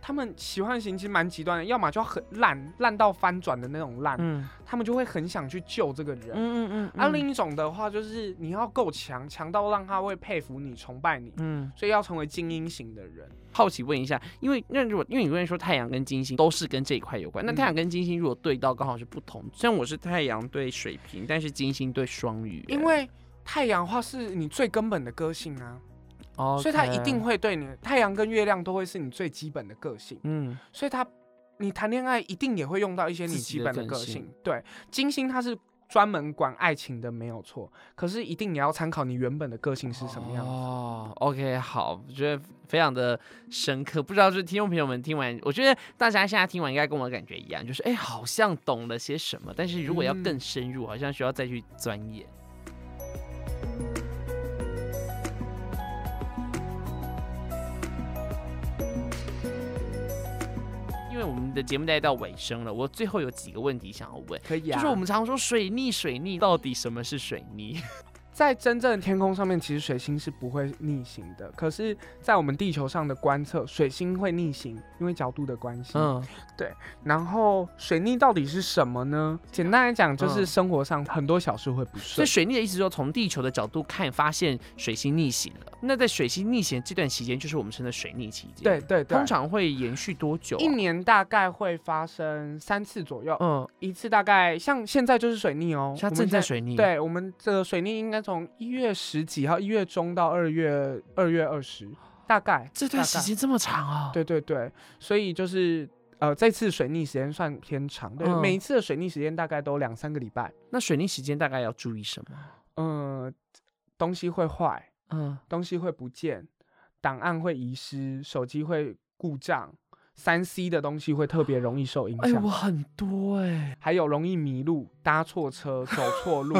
Speaker 2: 他们喜欢的型其实蛮极端的，要么就很烂，烂到翻转的那种烂，
Speaker 1: 嗯
Speaker 2: 他们就会很想去救这个人。
Speaker 1: 嗯嗯
Speaker 2: 啊，另一种的话就是你要够强，强到让他会佩服你、崇拜你，
Speaker 1: 嗯，
Speaker 2: 所以要成为精英型的人。
Speaker 1: 好奇问一下，因为那如果因为你刚才说太阳跟金星都是跟这一块有关，那
Speaker 2: 嗯
Speaker 1: 太阳跟金星如果对到刚好是不同，虽然我是太阳对水瓶，但是金星对双鱼，
Speaker 2: 因为太阳的话是你最根本的个性啊
Speaker 1: 哦，
Speaker 2: 所以它一定会对你，太阳跟月亮都会是你最基本的个性，
Speaker 1: 嗯
Speaker 2: 所以它你谈恋爱一定也会用到一些你
Speaker 1: 自己
Speaker 2: 基
Speaker 1: 的
Speaker 2: 本的
Speaker 1: 个
Speaker 2: 个
Speaker 1: 性
Speaker 2: 性。对，金星它是专门管爱情的，没有错，可是一定也要参考你原本的个性是什么样子。
Speaker 1: 哦，OK，好，我觉得非常的深刻，不知道是听众朋友们听完，我觉得大家现在听完应该跟我的感觉一样，就是哎，好像懂了些什么，但是如果要
Speaker 2: 嗯
Speaker 1: 更深入，好像需要再去钻研。因为我们的节目大概到尾声了，我最后有几个问题想要问，
Speaker 2: 可以啊，
Speaker 1: 就是我们常说水逆，水逆到底什么是水逆？
Speaker 2: 在真正的天空上面，其实水星是不会逆行的。可是，在我们地球上的观测，水星会逆行，因为角度的关系。
Speaker 1: 嗯，
Speaker 2: 然后，水逆到底是什么呢？简单来讲，就是
Speaker 1: 嗯
Speaker 2: 生活上很多小事会不
Speaker 1: 所以
Speaker 2: 顺。
Speaker 1: 水逆的意思说，从地球的角度看，发现水星逆行了。那在水星逆行这段期间，就是我们称的水逆期间。
Speaker 2: 对，对对，
Speaker 1: 通常会延续多久、啊？
Speaker 2: 一。年大概会发生三次左右，
Speaker 1: 嗯，
Speaker 2: 一次大概像现在就是水逆哦，
Speaker 1: 它
Speaker 2: 我们
Speaker 1: 正在
Speaker 2: 现。
Speaker 1: 水逆。。
Speaker 2: 对我们这个水逆应该从一月十几号，一月中到二月二月二十，大概
Speaker 1: 这段
Speaker 2: 大
Speaker 1: 时
Speaker 2: 概
Speaker 1: 间这么长啊？。
Speaker 2: 对对对，所以就是呃，这次水逆时间算偏长，对，
Speaker 1: 嗯
Speaker 2: 每一次的水逆时间大概都两三个礼拜。
Speaker 1: 那水逆时间大概要注意什么？
Speaker 2: 嗯，东西会坏，
Speaker 1: 嗯，
Speaker 2: 东西会不见，档案会遗失，手机会故障，三 C 的东西会特别容易受影
Speaker 1: 哎，
Speaker 2: 响，
Speaker 1: 我很多哎、
Speaker 2: 还有容易迷路、搭错车、走 错路，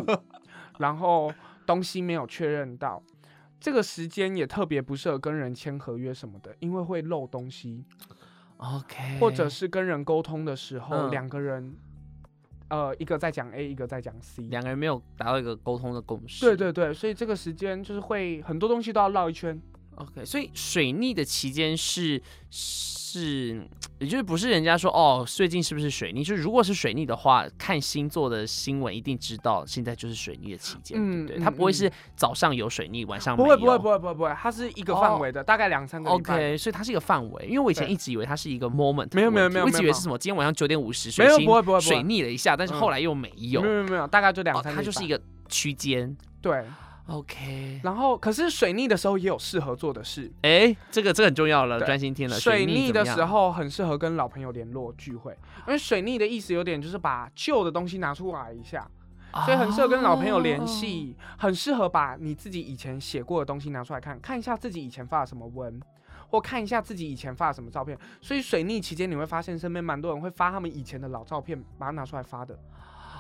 Speaker 2: 然后东西没有确认到。这个时间也特别不适合跟人签合约什么的，因为会漏东西。
Speaker 1: OK。
Speaker 2: 或者是跟人沟通的时候，
Speaker 1: 嗯
Speaker 2: 两、个人，呃，一个在讲 A，一个在讲 C。
Speaker 1: 两个人没有达到一个沟通的共识。
Speaker 2: 对对对，所以这个时间就是会很多东西都要绕一圈。
Speaker 1: OK，所以水逆的期间是是，也就是不是人家说哦，最近是不是水逆？就是如果是水逆的话，看星座的新闻一定知道现在就是水逆的期间，对
Speaker 2: 嗯
Speaker 1: 不对？
Speaker 2: 嗯
Speaker 1: 它不会是早上有水逆，晚上
Speaker 2: 不
Speaker 1: 啊没
Speaker 2: 会
Speaker 1: 有
Speaker 2: 不会不会不会不会，它是一个
Speaker 1: 哦
Speaker 2: 范围的，大概两三个礼拜。
Speaker 1: OK，所以它是一个范围，因为我以前
Speaker 2: 对
Speaker 1: 一直以为它是一个 moment，
Speaker 2: 没有没有没有
Speaker 1: 我一直以
Speaker 2: 没
Speaker 1: 为
Speaker 2: 有
Speaker 1: 是什么，今天晚上九点五十，
Speaker 2: 没有
Speaker 1: 水星
Speaker 2: 不会不会不会
Speaker 1: 水逆了一下，但是
Speaker 2: 嗯
Speaker 1: 后来又没有，
Speaker 2: 没有没有没有，大概就两
Speaker 1: 哦，
Speaker 2: 三个礼拜、
Speaker 1: 它就是一个区间
Speaker 2: 对，
Speaker 1: ，OK，
Speaker 2: 然后可是水逆的时候也有适合做的事。
Speaker 1: 哎，这个这个很重要了，
Speaker 2: 对
Speaker 1: 专心听了，
Speaker 2: 水逆
Speaker 1: 怎
Speaker 2: 的
Speaker 1: 么样
Speaker 2: 时候很适合跟老朋友联络聚会，因为水逆的意思有点就是把旧的东西拿出来一下，所以很适合跟老朋友联
Speaker 1: 哦
Speaker 2: 系，很适合把你自己以前写过的东西拿出来看，看一下自己以前发了什么文，或看一下自己以前发了什么照片。所以水逆期间，你会发现身边蛮多人会发他们以前的老照片，把它拿出来发的。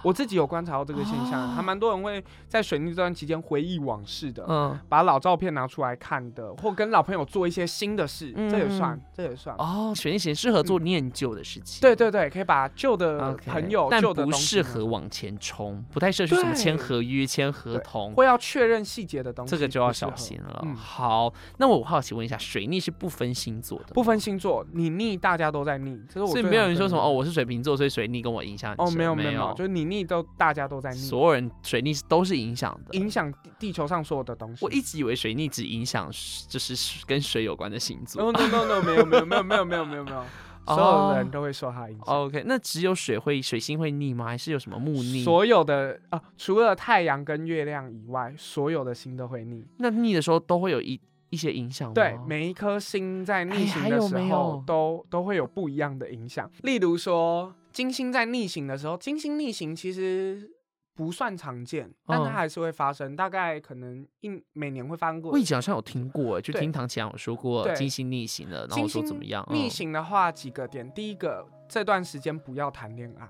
Speaker 2: 我自己有观察到这个现
Speaker 1: 哦
Speaker 2: 象，还蛮多人会在水逆这段期间回忆往事的，
Speaker 1: 嗯。
Speaker 2: 把老照片拿出来看的，或跟老朋友做一些新的事，这也算，这也算。
Speaker 1: 嗯哦，水逆型适合做念旧的事情。
Speaker 2: 嗯对对对，可以把旧的
Speaker 1: OK，
Speaker 2: 朋友、
Speaker 1: 但
Speaker 2: 旧的
Speaker 1: 不
Speaker 2: 东西
Speaker 1: 适
Speaker 2: 拿
Speaker 1: 合往前冲，不太适合去什么签
Speaker 2: 对
Speaker 1: 合约、签合
Speaker 2: 对
Speaker 1: 同，
Speaker 2: 或要确认细节的东西，
Speaker 1: 这个就
Speaker 2: 不
Speaker 1: 要
Speaker 2: 适
Speaker 1: 小
Speaker 2: 合
Speaker 1: 心了。
Speaker 2: 嗯
Speaker 1: 好，那我好奇问一下，水逆是不分星座的吗，
Speaker 2: 不分星座，你逆大家都在逆，这是我啊
Speaker 1: 所
Speaker 2: 最
Speaker 1: 以
Speaker 2: 常
Speaker 1: 没有人说什么哦，
Speaker 2: 跟
Speaker 1: 我是水瓶座，所以水逆跟我影响很
Speaker 2: 哦
Speaker 1: 深
Speaker 2: 没有
Speaker 1: 没
Speaker 2: 没有，就是你逆都大家都在逆，
Speaker 1: 所有人水逆是都是影响的。
Speaker 2: 影响地地球上所有的东西。
Speaker 1: 我一直以为水逆只影响是就是跟水有关的星座。
Speaker 2: no no no no 没有没有没有没有没有没有 没有，所有
Speaker 1: 哦
Speaker 2: 的人都会受它影响。
Speaker 1: OK，那只有水会水星会逆吗？还是有什么木逆？
Speaker 2: 所有的啊，除了太阳跟月亮以外，所有的星都会逆。
Speaker 1: 那逆的时候都会有一一些影响吗？
Speaker 2: 对，每一颗星在逆行
Speaker 1: 哎还
Speaker 2: 的
Speaker 1: 有
Speaker 2: 时
Speaker 1: 没有
Speaker 2: 候，都都会有不一样的影响。例如说，金星在逆行的时候，金星逆行其实不算常见，但它
Speaker 1: 嗯
Speaker 2: 还是会发生，大概可能一每年会发生过
Speaker 1: 我以前好像有听过欸，就
Speaker 2: 对
Speaker 1: 听唐启阳有说过
Speaker 2: 对
Speaker 1: 金星逆行了，然后
Speaker 2: 金
Speaker 1: 说
Speaker 2: 星
Speaker 1: 怎么样？
Speaker 2: 逆
Speaker 1: 嗯，
Speaker 2: 行的话，几个点，第一个，这段时间不要谈恋爱，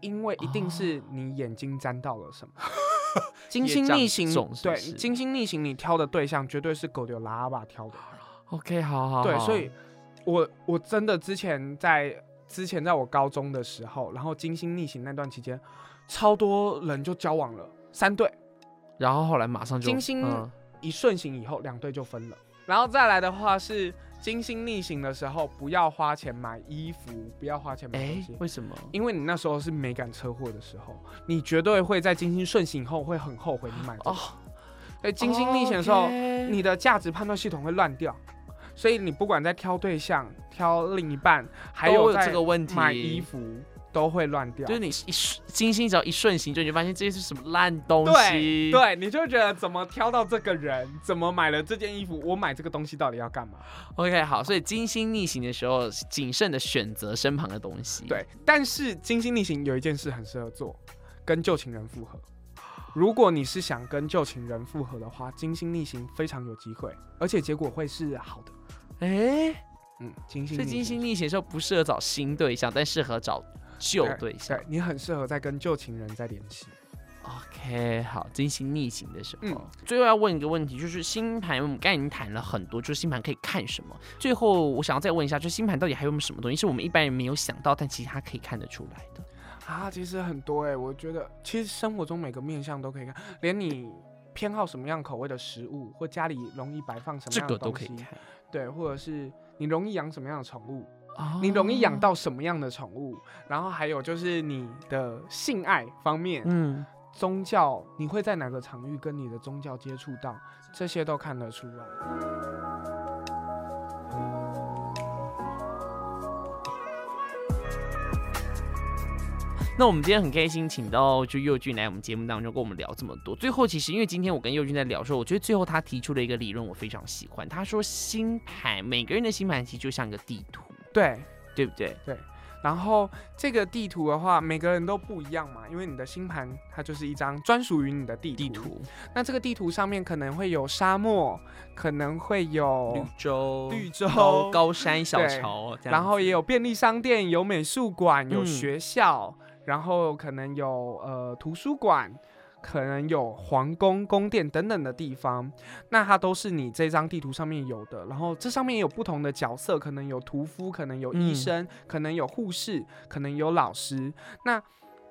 Speaker 2: 因为一定是你眼睛沾到了
Speaker 1: 哦
Speaker 2: 什么。金星逆行
Speaker 1: 业障重，是不
Speaker 2: 对
Speaker 1: 是，
Speaker 2: 金星逆行，你挑的对象绝对是狗丢拉阿爸挑的。
Speaker 1: OK，好好，
Speaker 2: 对，
Speaker 1: 好
Speaker 2: 所以我我真的之前在之前在我高中的时候，然后金星逆行那段期间，超多人就交往了，三对，
Speaker 1: 然后后来马上就
Speaker 2: 金星
Speaker 1: 嗯
Speaker 2: 一顺行以后两对就分了，然后再来的话是。金星逆行的时候，不要花钱买衣服，不要花钱买东
Speaker 1: 哎
Speaker 2: 西，，
Speaker 1: 为什么？
Speaker 2: 因为你那时候是没赶车祸的时候，你绝对会在金星顺行后会很后悔你买的。
Speaker 1: 哦
Speaker 2: 哦，，所以金星逆行的时候
Speaker 1: OK
Speaker 2: 你的价值判断系统会乱掉。所以你不管在挑对象、挑另一半，还
Speaker 1: 都
Speaker 2: 有
Speaker 1: 有
Speaker 2: 在
Speaker 1: 这个问题
Speaker 2: 买衣服，都会乱掉。
Speaker 1: 就是你一瞬金星只要一顺行，就你就发现这是什么烂东
Speaker 2: 对
Speaker 1: 西。，
Speaker 2: 对，你就觉得怎么挑到这个人，怎么买了这件衣服，我买这个东西到底要干嘛？
Speaker 1: OK，好，所以金星逆行的时候，谨慎的选择身旁的东西。
Speaker 2: 对，但是金星逆行有一件事很适合做，跟旧情人复合。如果你是想跟旧情人复合的话，金星逆行非常有机会，而且结果会是好的。
Speaker 1: 哎、
Speaker 2: 嗯，金星
Speaker 1: 所以
Speaker 2: 逆
Speaker 1: 金星
Speaker 2: 行。
Speaker 1: 逆行的时候不适合找新对象，但适合找旧对象
Speaker 2: 对。你很适合在跟旧情人在联系。
Speaker 1: OK，好，金星逆行的时候，
Speaker 2: 嗯
Speaker 1: 最后要问一个问题，就是星盘，我们刚才已经谈了很多，就是星盘可以看什么。最后，我想要再问一下，就是星盘到底还有没有什么东西是我们一般人没有想到，但其实它可以看得出来的？
Speaker 2: 啊，其实很多哎、我觉得其实生活中每个面相都可以看，连你偏好什么样口味的食物，或家里容易摆放什么
Speaker 1: 这
Speaker 2: 样
Speaker 1: 个
Speaker 2: 的
Speaker 1: 都
Speaker 2: 东
Speaker 1: 可
Speaker 2: 西，
Speaker 1: 以看。
Speaker 2: 对，或者是你容易养什么样的宠物，
Speaker 1: 哦
Speaker 2: 你容易养，到什么样的宠物，然后还有就是你的性爱方面，
Speaker 1: 嗯，
Speaker 2: 宗教你会在哪个场域跟你的宗教接触到，这些都看得出来。
Speaker 1: 那我们今天很开心，请到就佑俊来我们节目当中跟我们聊这么多。最后，其实因为今天我跟佑俊在聊的时候，我觉得最后他提出了一个理论，我非常喜欢。他说星盘，每个人的星盘其实就像一个地图，
Speaker 2: 对，
Speaker 1: 对不对？
Speaker 2: 然后这个地图的话，每个人都不一样嘛，因为你的星盘它就是一张专属于你的地
Speaker 1: 地图，
Speaker 2: 那这个地图上面可能会有沙漠，可能会有
Speaker 1: 绿，洲、
Speaker 2: 哦绿洲
Speaker 1: 高高山、小
Speaker 2: 对
Speaker 1: 桥，这样
Speaker 2: 然后也
Speaker 1: 子
Speaker 2: 有便利商店，有美术馆，有
Speaker 1: 嗯
Speaker 2: 学校，然后可能有呃图书馆。可能有皇宫、宫殿等等的地方，那它都是你这张地图上面有的。然后这上面也有不同的角色，可能有屠夫，可能有医
Speaker 1: 嗯
Speaker 2: 生，可能有护士，可能有老师。那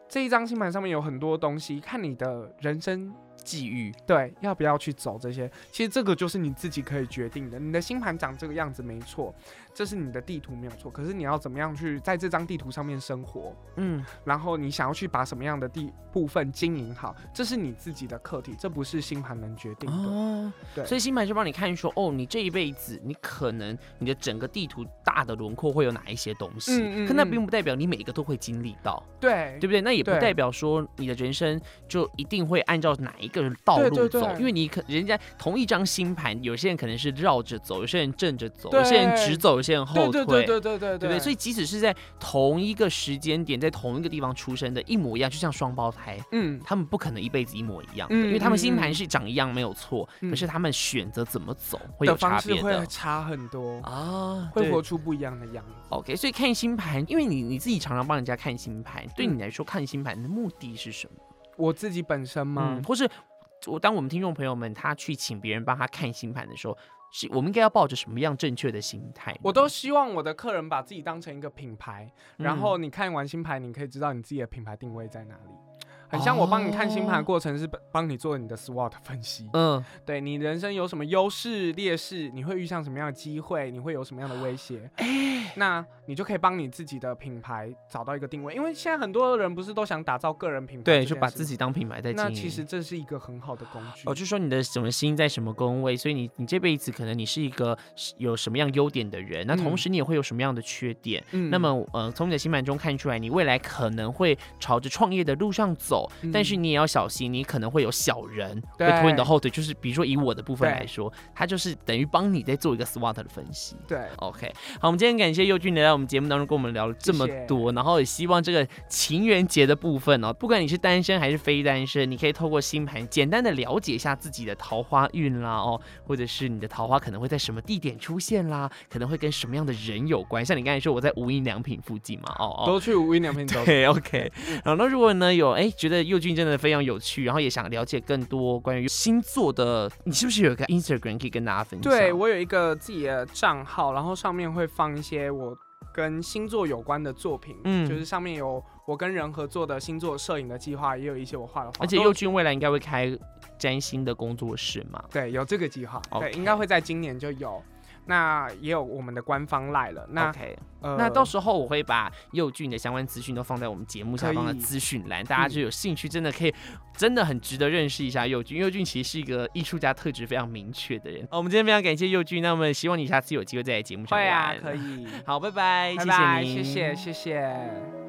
Speaker 2: 这一张星盘上面有很多东西，看你的人生
Speaker 1: 际遇。
Speaker 2: 对，要不要去走这些？其实这个就是你自己可以决定的。你的星盘长这个样子没错，这是你的地图没有错。可是你要怎么样去在这张地图上面生活？
Speaker 1: 嗯，
Speaker 2: 然后你想要去把什么样的地部分经营好，这是你自己的课题，这不是星盘能决定的。
Speaker 1: 哦，
Speaker 2: 对
Speaker 1: 所以星盘就帮你看说，哦，你这一辈子，你可能你的整个地图大的轮廓会有哪一些东西，
Speaker 2: 嗯嗯
Speaker 1: 可那
Speaker 2: 嗯
Speaker 1: 并不代表你每一个都会经历到。
Speaker 2: 对
Speaker 1: 对不对？那也不
Speaker 2: 对
Speaker 1: 代表说你的人生就一定会按照哪一个道
Speaker 2: 对
Speaker 1: 路
Speaker 2: 对
Speaker 1: 走，
Speaker 2: 对
Speaker 1: 因为你可人家同一张星盘，有些人可能是绕着走，有些人正着走，有些人
Speaker 2: 对
Speaker 1: 直走，有些人后退。
Speaker 2: 对对对对对对
Speaker 1: 对不对？所以即使是在同一个时间点，在同一个地方出生的，一模一样，就像双胞胎，
Speaker 2: 嗯，
Speaker 1: 他们不可能一辈子一模一样的，
Speaker 2: 嗯
Speaker 1: 因为他们星
Speaker 2: 嗯
Speaker 1: 盘
Speaker 2: 嗯
Speaker 1: 是长一样没有错，
Speaker 2: 嗯
Speaker 1: 可是他们选择怎么走会有
Speaker 2: 的
Speaker 1: 差
Speaker 2: 方式
Speaker 1: 别
Speaker 2: 会
Speaker 1: 的
Speaker 2: 差很多，
Speaker 1: 啊，
Speaker 2: 会
Speaker 1: 对
Speaker 2: 活出不一样的样子。
Speaker 1: OK，所以看星盘，因为你你自己常常帮人家看星盘，对
Speaker 2: 嗯
Speaker 1: 你来说看星盘的目的是什么？
Speaker 2: 我自己本身嘛
Speaker 1: 嗯，，或是我当我们听众朋友们他去请别人帮他看星盘的时候，是我们应该要抱着什么样正确的心态呢？
Speaker 2: 我都希望我的客人把自己当成一个品牌，然
Speaker 1: 嗯
Speaker 2: 后你看完星盘，你可以知道你自己的品牌定位在哪里。很像我帮你看星盘的过程是帮帮你做你的 SWOT 分析，
Speaker 1: 哦嗯，
Speaker 2: 对你人生有什么优势、劣势，你会遇上什么样的机会，你会有什么样的威胁，
Speaker 1: 哎
Speaker 2: 那你就可以帮你自己的品牌找到一个定位。因为现在很多人不是都想打造个人品牌这件
Speaker 1: 对，
Speaker 2: 事，
Speaker 1: 就把自己当品牌在经营。
Speaker 2: 那其实这是一个很好的工具
Speaker 1: 哦，。就说你的什么星在什么宫位，所以你你这辈子可能你是一个是有什么样优点的人，那同
Speaker 2: 嗯
Speaker 1: 时你也会有什么样的缺点。
Speaker 2: 嗯
Speaker 1: 那么，呃，从你的星盘中看出来，你未来可能会朝着创业的路上走，但是
Speaker 2: 嗯
Speaker 1: 你也要小心，你可能会有小人会
Speaker 2: 对
Speaker 1: 拖你的后腿。就是比如说以我的部分
Speaker 2: 对
Speaker 1: 来说，他就是等于帮你在做一个 SWOT 的分析。
Speaker 2: 对，
Speaker 1: OK，好，我们今天感谢佑俊来到我们节目当中，跟我们聊了这么多，然后也希望这个情人节的部分哦，不管你是单身还是非单身，你可以透过星盘简单的了解一下自己的桃花运啦哦，或者是你的桃花可能会在什么地点出现啦，可能会跟什么样的人有关，像你刚才说我在无印良品附近嘛，哦哦，
Speaker 2: 都去无印良品走走。
Speaker 1: 对，OK。然后那如果呢有哎觉得佑俊真的非常有趣，然后也想了解更多关于星座的，你是不是有一个 Instagram 可以跟大家分享？
Speaker 2: 对我有一个自己的账号，然后上面会放一些我跟星座有关的作品，
Speaker 1: 嗯
Speaker 2: 就是上面有我跟人合作的星座摄影的计划，也有一些我画的画，
Speaker 1: 而且
Speaker 2: 都
Speaker 1: 佑俊未来应该会开占星的工作室嘛。
Speaker 2: 对有这个计划，对，
Speaker 1: OK
Speaker 2: 应该会在今年就有。那也有我们的官方赖了。那
Speaker 1: OK，
Speaker 2: 呃，
Speaker 1: 那到时候我会把佑俊的相关资讯都放在我们节目下方的
Speaker 2: 可以
Speaker 1: 资讯栏，大家就有兴趣，真的可以，真的很值得认识一下佑俊。因为佑俊其实是一个艺术家特质非常明确的人。哦好我们今天非常感谢佑俊，那么希望你下次有机会再来节目上
Speaker 2: 会啊
Speaker 1: 玩，
Speaker 2: 可。以，
Speaker 1: 好，拜拜，
Speaker 2: 拜拜，
Speaker 1: 谢
Speaker 2: 谢
Speaker 1: 您
Speaker 2: 谢，谢谢。